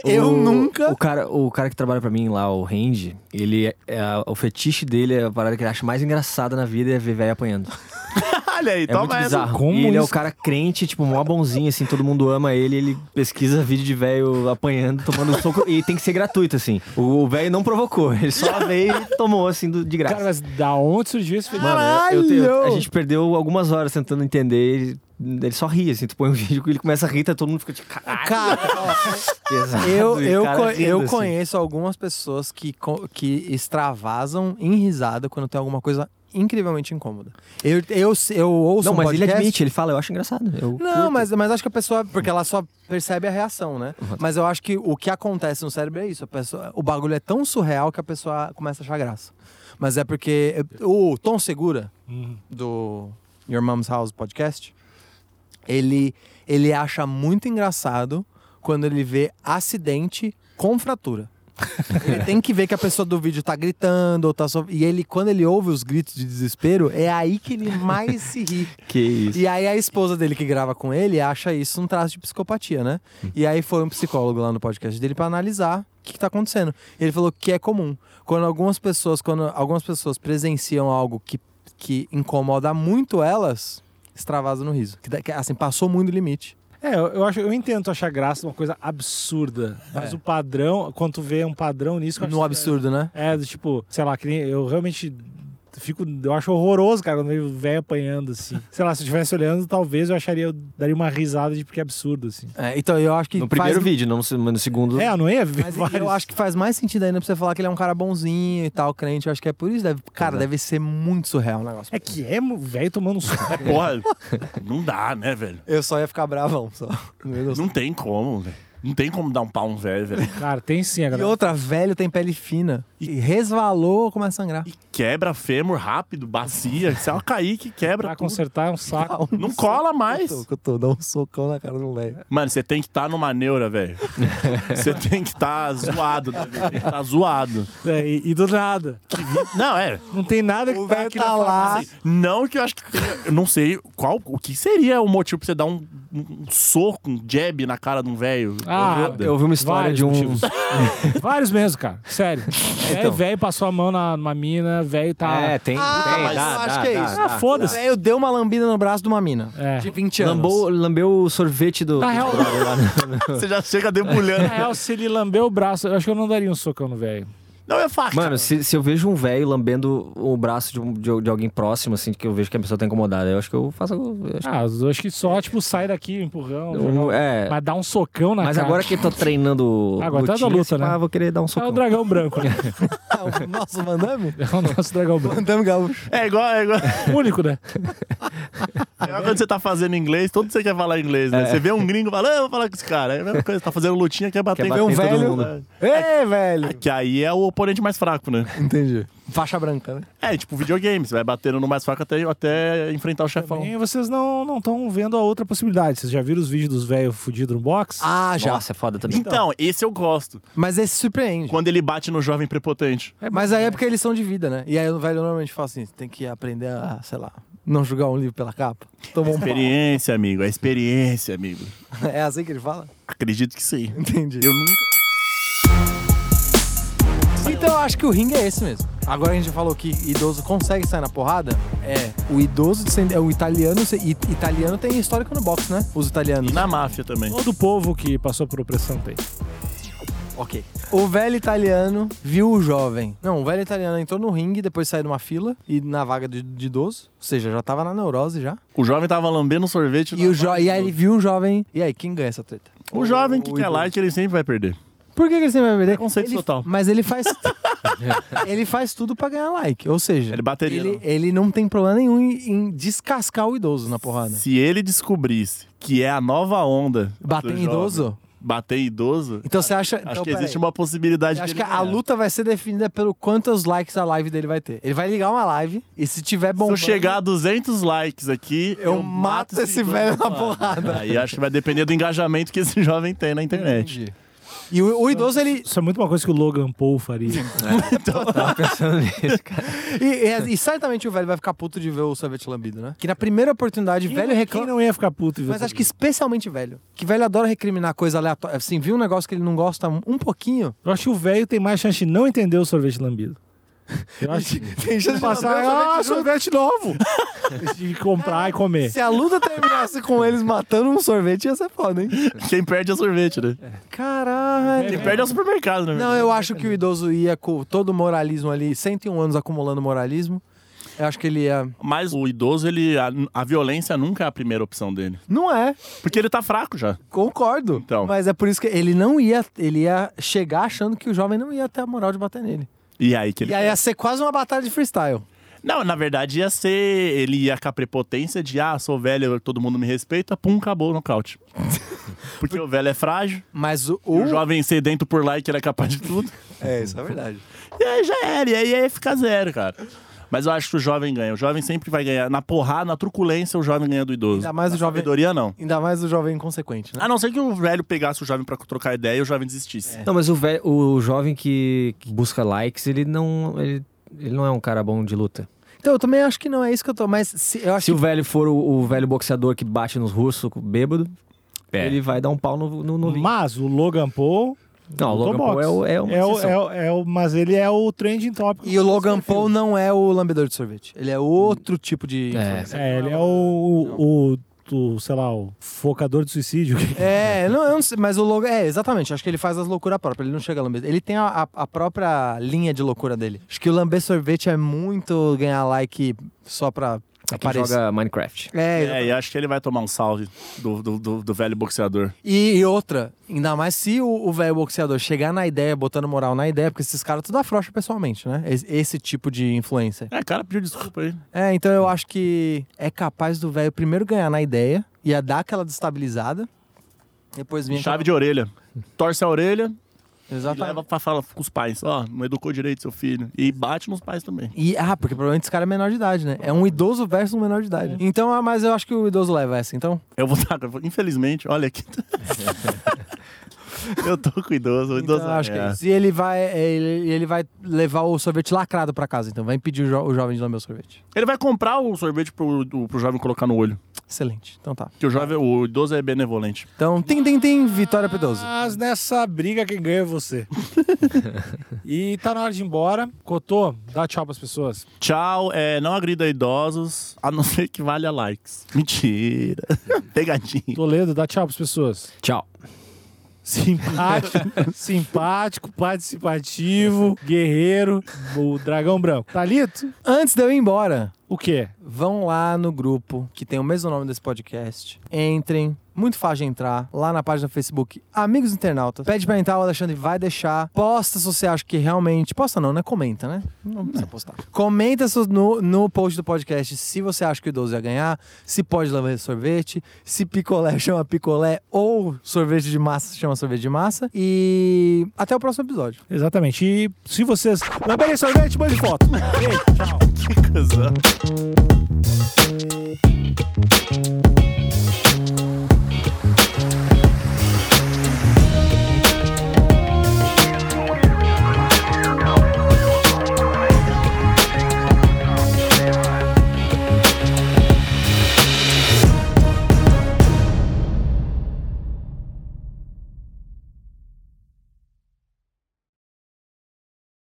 Speaker 2: Eu
Speaker 4: O-
Speaker 2: nunca.
Speaker 4: O cara, o cara que trabalha pra mim lá, o Randy, ele é- é a- o fetiche dele é a parada que ele acha mais engraçada na vida é ver velho apanhando.
Speaker 3: Olha aí,
Speaker 4: É
Speaker 3: toma
Speaker 4: muito
Speaker 3: essa.
Speaker 4: bizarro.
Speaker 1: Como
Speaker 4: e ele é o
Speaker 1: isso?
Speaker 4: cara crente, tipo, mó bonzinho, assim, todo mundo ama ele, ele pesquisa vídeo de velho apanhando, tomando soco, e tem que ser gratuito, assim. O o velho não provocou, ele só veio e tomou, assim, do- de graça.
Speaker 1: Cara, mas da onde surgiu esse vídeo?
Speaker 4: Mano, eu- eu tenho-
Speaker 2: Caralho!
Speaker 4: a gente perdeu algumas horas tentando entender, ele, ele só ri, assim, tu põe um vídeo, ele começa a rir, tá todo mundo fica tipo, caralho,
Speaker 2: Cara,
Speaker 4: pesado",
Speaker 2: eu,
Speaker 4: e o
Speaker 2: eu,
Speaker 4: cara
Speaker 2: co-
Speaker 4: rindo,
Speaker 2: eu
Speaker 4: assim.
Speaker 2: conheço algumas pessoas que, co- que extravasam em risada quando tem alguma coisa incrivelmente incômoda. Eu, eu, eu ouço
Speaker 4: Não,
Speaker 2: um
Speaker 4: mas ele
Speaker 2: podcast-
Speaker 4: admite, ele fala, eu acho engraçado. Eu
Speaker 2: Não, mas, mas acho que a pessoa. Porque ela só percebe a reação, né? Mas eu acho que o que acontece no cérebro é isso. A pessoa, o bagulho é tão surreal que a pessoa começa a achar graça. Mas é porque. O Tom Segura, do Your Mom's House podcast, ele, ele acha muito engraçado quando ele vê acidente com fratura. ele tem que ver que a pessoa do vídeo tá gritando ou tá so... E ele, quando ele ouve os gritos de desespero, é aí que ele mais se ri.
Speaker 4: Que isso.
Speaker 2: E aí a esposa dele que grava com ele acha isso um traço de psicopatia, né? E aí foi um psicólogo lá no podcast dele pra analisar o que, que tá acontecendo. Ele falou que é comum. Quando algumas pessoas, quando algumas pessoas presenciam algo que, que incomoda muito elas, extravasa no riso. Que da- que, assim, passou muito o limite.
Speaker 1: É, eu, eu acho, eu entendo achar graça uma coisa absurda. Mas o padrão, quando tu vê um padrão nisso. eu acho
Speaker 2: É. No
Speaker 1: que-
Speaker 2: absurdo, né?
Speaker 1: É, do tipo, sei lá, que nem- eu realmente fico. Eu acho horroroso, cara, quando vejo o velho apanhando, assim. Sei lá, se eu estivesse olhando, talvez eu acharia, eu daria uma risada de porque é absurdo, assim.
Speaker 2: É, então eu acho que.
Speaker 4: No primeiro
Speaker 2: faz...
Speaker 4: vídeo, não no se- mas no segundo.
Speaker 1: É, eu não ia ver
Speaker 2: Mas
Speaker 1: vários.
Speaker 2: eu acho que faz mais sentido ainda pra você falar que ele é um cara bonzinho e tal, crente. Eu acho que é por isso. Deve, cara, deve ser muito surreal o negócio.
Speaker 1: É que é mo- velho tomando um soco.
Speaker 3: Porra, não dá, né, velho?
Speaker 2: Eu só ia ficar bravão, só. Meu Deus.
Speaker 3: Não tem como, velho. Não tem como dar um pau um velho, velho.
Speaker 1: Cara, tem sim, a
Speaker 2: E
Speaker 1: galera.
Speaker 2: outra, velho tem pele fina. E resvalou, começa a sangrar.
Speaker 3: E quebra fêmur rápido, bacia. Se ela cair, que quebra.
Speaker 4: Tá
Speaker 1: Pra
Speaker 3: tudo.
Speaker 1: consertar é um saco.
Speaker 3: Não cola mais.
Speaker 2: Soco, tô, dá um socão na cara do velho.
Speaker 3: Mano, você tem que estar numa neura, velho. Você tem que estar zoado, né? velho? Tem que tá zoado.
Speaker 1: É, e, e do nada.
Speaker 3: Não, é.
Speaker 1: Não tem nada que
Speaker 2: O
Speaker 1: tá
Speaker 2: velho
Speaker 1: aqui
Speaker 2: tá
Speaker 1: na
Speaker 2: lá.
Speaker 1: farmácia.
Speaker 3: Não que eu acho que. tenha- Eu não sei qual. O que seria o motivo pra você dar um, um soco, um jab na cara de um velho?
Speaker 1: Ah,
Speaker 4: Eu ouvi uma história
Speaker 1: Vários
Speaker 4: de um.
Speaker 1: motivos. Vários mesmo, cara. Sério. É,
Speaker 2: Então.
Speaker 1: velho passou a mão na, numa mina, velho tá.
Speaker 4: É, tem. tem,
Speaker 2: Ah, mas
Speaker 4: dá,
Speaker 2: eu acho
Speaker 4: dá,
Speaker 2: que é
Speaker 4: dá,
Speaker 2: isso.
Speaker 4: dá.
Speaker 1: ah, foda-se.
Speaker 2: Eu dei uma lambida no braço de uma mina.
Speaker 1: É.
Speaker 2: De 20 anos.
Speaker 4: Lambou, lambeu o sorvete do. né?
Speaker 1: Na real,
Speaker 3: Você já chega
Speaker 1: na
Speaker 3: debulhando.
Speaker 1: real, se ele lambeu o braço, eu acho que eu não daria um socão no velho.
Speaker 3: Não é faca.
Speaker 4: Mano, se, se eu vejo um velho lambendo o braço de, um- de, de alguém próximo, assim, que eu vejo que a pessoa tá incomodada, eu acho que eu faço. eu acho
Speaker 1: Ah, eu acho que só, tipo, sai daqui, empurrão.
Speaker 4: que eu- é.
Speaker 1: Mas dá um socão na
Speaker 4: Mas
Speaker 1: cara.
Speaker 4: agora que eu tô treinando.
Speaker 1: Agora tá
Speaker 4: lutinha,
Speaker 1: da luta,
Speaker 4: assim,
Speaker 1: né?
Speaker 4: Ah, vou querer dar um
Speaker 1: É o
Speaker 4: socão.
Speaker 1: dragão branco, né?
Speaker 2: Nossa, Vandame?
Speaker 1: É o nosso dragão branco.
Speaker 2: Vandame Gaúcho.
Speaker 3: É igual, é igual, é
Speaker 1: Único, né?
Speaker 3: igual quando você tá fazendo inglês, todo você quer falar inglês,
Speaker 2: É.
Speaker 3: né? Você vê um gringo e fala, ah, eu vou falar com esse cara. É a mesma coisa, tá fazendo lutinha, quer bater
Speaker 4: Quer
Speaker 3: em
Speaker 4: bater
Speaker 3: um
Speaker 4: em todo
Speaker 3: velho.
Speaker 4: mundo.
Speaker 2: Ê, velho!
Speaker 3: Que aí é o oponente mais fraco, né?
Speaker 2: É. Entendi. Faixa branca, né?
Speaker 3: É, tipo videogame, você vai batendo no mais fraco até, até enfrentar o chefão.
Speaker 1: E vocês não estão vendo a outra possibilidade. Vocês já viram os vídeos dos velhos fudidos no box?
Speaker 2: Ah, já.
Speaker 4: Nossa, é foda também.
Speaker 3: Então, esse eu gosto.
Speaker 2: Mas esse surpreende.
Speaker 3: Quando ele bate no jovem prepotente.
Speaker 2: Mas aí é porque eles são de vida, né? E aí o velho normalmente fala assim: tem que aprender a, sei lá, não julgar um livro pela capa. Tomou um pau.
Speaker 3: Experiência, amigo. É experiência, amigo.
Speaker 2: É assim que ele fala?
Speaker 3: Acredito que sim.
Speaker 2: Entendi.
Speaker 3: Eu nunca.
Speaker 2: Então eu acho que o ringue é esse mesmo. Agora a gente já falou que idoso consegue sair na porrada. É, o idoso, de- é o italiano, i- italiano tem histórico no boxe, né? Os italianos.
Speaker 3: E na máfia também.
Speaker 1: Todo povo que passou por opressão tem.
Speaker 2: Ok. O velho italiano viu o jovem. Não, o velho italiano entrou no ringue, depois saiu de uma fila e na vaga de, de idoso. Ou seja, já tava na neurose já.
Speaker 3: O jovem tava lambendo um sorvete.
Speaker 2: E, o jo- e aí ele viu o jovem. E aí, quem ganha essa treta?
Speaker 3: O jovem que
Speaker 2: O
Speaker 3: quer
Speaker 2: idoso.
Speaker 3: like, ele sempre vai perder.
Speaker 2: Por que, que ele sempre vai perder?
Speaker 3: Preconceito
Speaker 2: ele,
Speaker 3: total.
Speaker 2: Mas ele faz. ele faz tudo pra ganhar like. Ou seja,
Speaker 3: Ele bateria,
Speaker 2: Ele,
Speaker 3: não.
Speaker 2: ele não tem problema nenhum em, em descascar o idoso na porrada.
Speaker 3: Se ele descobrisse que é a nova onda. do
Speaker 2: Bater em
Speaker 3: jovem,
Speaker 2: idoso?
Speaker 3: Bater em idoso.
Speaker 2: Então você acha.
Speaker 3: Acho
Speaker 2: então,
Speaker 3: que
Speaker 2: peraí.
Speaker 3: existe uma possibilidade
Speaker 2: Acho que
Speaker 3: dele
Speaker 2: a
Speaker 3: ganhar.
Speaker 2: luta vai ser definida pelo quantos likes a live dele vai ter. Ele vai ligar uma live e se tiver
Speaker 3: Se
Speaker 2: bom.
Speaker 3: eu chegar a 200 likes aqui,
Speaker 2: Eu mato esse
Speaker 3: idoso
Speaker 2: velho na
Speaker 3: porrada.
Speaker 2: porrada.
Speaker 3: Aí acho que vai depender do engajamento que esse jovem tem na internet.
Speaker 2: E o, o idoso, ele.
Speaker 1: Isso é muito uma coisa que o Logan Paul faria.
Speaker 2: E, e- e certamente o velho vai ficar puto de ver o sorvete lambido, né? Que na primeira oportunidade, velho
Speaker 1: Quem
Speaker 2: reclama.
Speaker 1: não ia ficar puto e ver
Speaker 2: Mas
Speaker 1: essa
Speaker 2: acho que especialmente velho. Que velho adora recriminar coisa aleatória. Assim, viu um negócio que ele não gosta um pouquinho.
Speaker 1: Eu acho que o velho tem mais chance de não entender o sorvete lambido. Eu acho que
Speaker 2: Tem chance de
Speaker 1: passar, ah, sorvete novo! de comprar e comer.
Speaker 2: Se a luta terminasse com eles matando um sorvete, ia ser foda, hein?
Speaker 3: Quem perde é sorvete, né?
Speaker 2: Caralho.
Speaker 3: Quem perde é o supermercado, né?
Speaker 2: Não, eu acho que o idoso ia com todo o moralismo ali, 101 anos acumulando moralismo. Eu acho que ele ia.
Speaker 3: Mas o idoso, ele. A, a violência nunca é a primeira opção dele.
Speaker 2: Não é,
Speaker 3: Porque ele tá fraco já.
Speaker 2: concordo.
Speaker 3: Então.
Speaker 2: Mas é por isso que ele não ia. Ele ia chegar achando que o jovem não ia ter a moral de bater nele.
Speaker 3: E aí que ele. é.
Speaker 2: E aí ia ser quase uma batalha de freestyle.
Speaker 3: Não, na verdade ia ser. Ele ia com a prepotência de, ah, sou velho, todo mundo me respeita, pum, acabou o nocaute. Porque o velho é frágil,
Speaker 2: Mas o.
Speaker 3: o jovem Uhum. sedento por like, ele é capaz de tudo.
Speaker 2: É, isso é verdade.
Speaker 3: E aí já era, e aí ia ficar zero, cara. Mas eu acho que o jovem ganha. O jovem sempre vai ganhar. Na porrada, na truculência, o jovem ganha do idoso.
Speaker 2: Ainda mais o
Speaker 3: Na
Speaker 2: É, jovem-
Speaker 3: sabedoria, não.
Speaker 2: Ainda mais o jovem inconsequente, né?
Speaker 3: A não ser que o velho pegasse o jovem pra trocar ideia e o jovem desistisse.
Speaker 2: É.
Speaker 4: Não, mas o, velho, o jovem que, que busca likes, ele não. Ele, ele não é um cara bom de luta.
Speaker 2: Então eu também acho que não é isso que eu tô. Mas se- eu acho
Speaker 4: Se o velho for o, o velho boxeador que É. bate nos russos bêbado, ele vai dar um pau no, no, no vinho.
Speaker 1: Mas o Logan Paul
Speaker 4: Não, o Logan Paul
Speaker 1: Box.
Speaker 4: é, o, é uma
Speaker 1: É o,
Speaker 4: exceção.
Speaker 1: é, o- é o- mas ele é o trending topic.
Speaker 2: E o Logan Paul não é o lambedor de sorvete. Ele é outro tipo de.
Speaker 4: É.
Speaker 1: É, ele é o, o, o- sei lá, o focador de suicídio.
Speaker 2: É, não, eu não sei, mas o Logan. É, exatamente. Acho que ele faz as loucuras próprias. Ele não chega a lamber. Ele tem a, a- a própria linha de loucura dele. Acho que o lamber sorvete é muito ganhar like só pra
Speaker 4: É quem
Speaker 2: aparecer.
Speaker 4: joga Minecraft.
Speaker 2: É,
Speaker 3: É, e acho que ele vai tomar um salve do, do, do- do velho boxeador.
Speaker 2: E, e outra, ainda mais se o o velho boxeador chegar na ideia, botando moral na ideia, porque esses caras tudo afrouxa pessoalmente, né? Esse, esse tipo de influencer.
Speaker 3: É, cara, pediu desculpa aí.
Speaker 2: É, então eu acho que é capaz do velho primeiro ganhar na ideia, ia dar aquela destabilizada, depois vinha...
Speaker 3: Chave de orelha. Torce a orelha e
Speaker 2: Exatamente.
Speaker 3: leva pra falar com os pais. Ó, não educou direito seu filho. E bate nos pais também.
Speaker 2: E, ah, porque provavelmente esse cara é menor de idade, né? É um idoso versus um menor de idade.
Speaker 3: É.
Speaker 2: Então, ah, mas eu acho que o idoso leva essa, então.
Speaker 3: Eu vou estar. Infelizmente, olha aqui. eu tô com o idoso. O
Speaker 2: Então,
Speaker 3: idoso
Speaker 2: eu acho que
Speaker 3: é.
Speaker 2: é isso. E ele vai, ele, ele vai levar o sorvete lacrado pra casa, então. Vai impedir o, jo- o jovem de lamber o sorvete.
Speaker 3: Ele vai comprar o sorvete pro, do- pro jovem colocar no olho.
Speaker 2: Excelente. Então tá.
Speaker 3: Que o jovem, o idoso é benevolente.
Speaker 2: Então, tem, tem, tem, vitória pro idoso.
Speaker 1: Mas nessa briga quem ganha é você. e tá na hora de ir embora. Cotô, dá tchau pras pessoas.
Speaker 3: Tchau, é, não agrida idosos, a não ser que valha likes. Mentira. Pegadinha.
Speaker 1: Toledo, dá tchau pras pessoas.
Speaker 4: Tchau.
Speaker 1: Simpático, simpático, participativo, guerreiro, o dragão branco. Talito,
Speaker 2: Antes de eu ir embora,
Speaker 1: o quê?
Speaker 2: vão lá no grupo que tem o mesmo nome desse podcast. Entrem. Muito fácil de entrar lá na página do Facebook Amigos Internautas. Pede pra entrar, o Alexandre vai deixar. Posta se você acha que realmente. Posta não, né? Comenta, né? Não precisa postar. Comenta se- no, no post do podcast se você acha que o idoso ia ganhar, se pode levar sorvete, se picolé chama picolé ou sorvete de massa chama sorvete de massa. E até o próximo episódio.
Speaker 1: Exatamente. E se vocês. Lamberem sorvete, mande foto. Beijo, tchau.
Speaker 3: Que cuzão.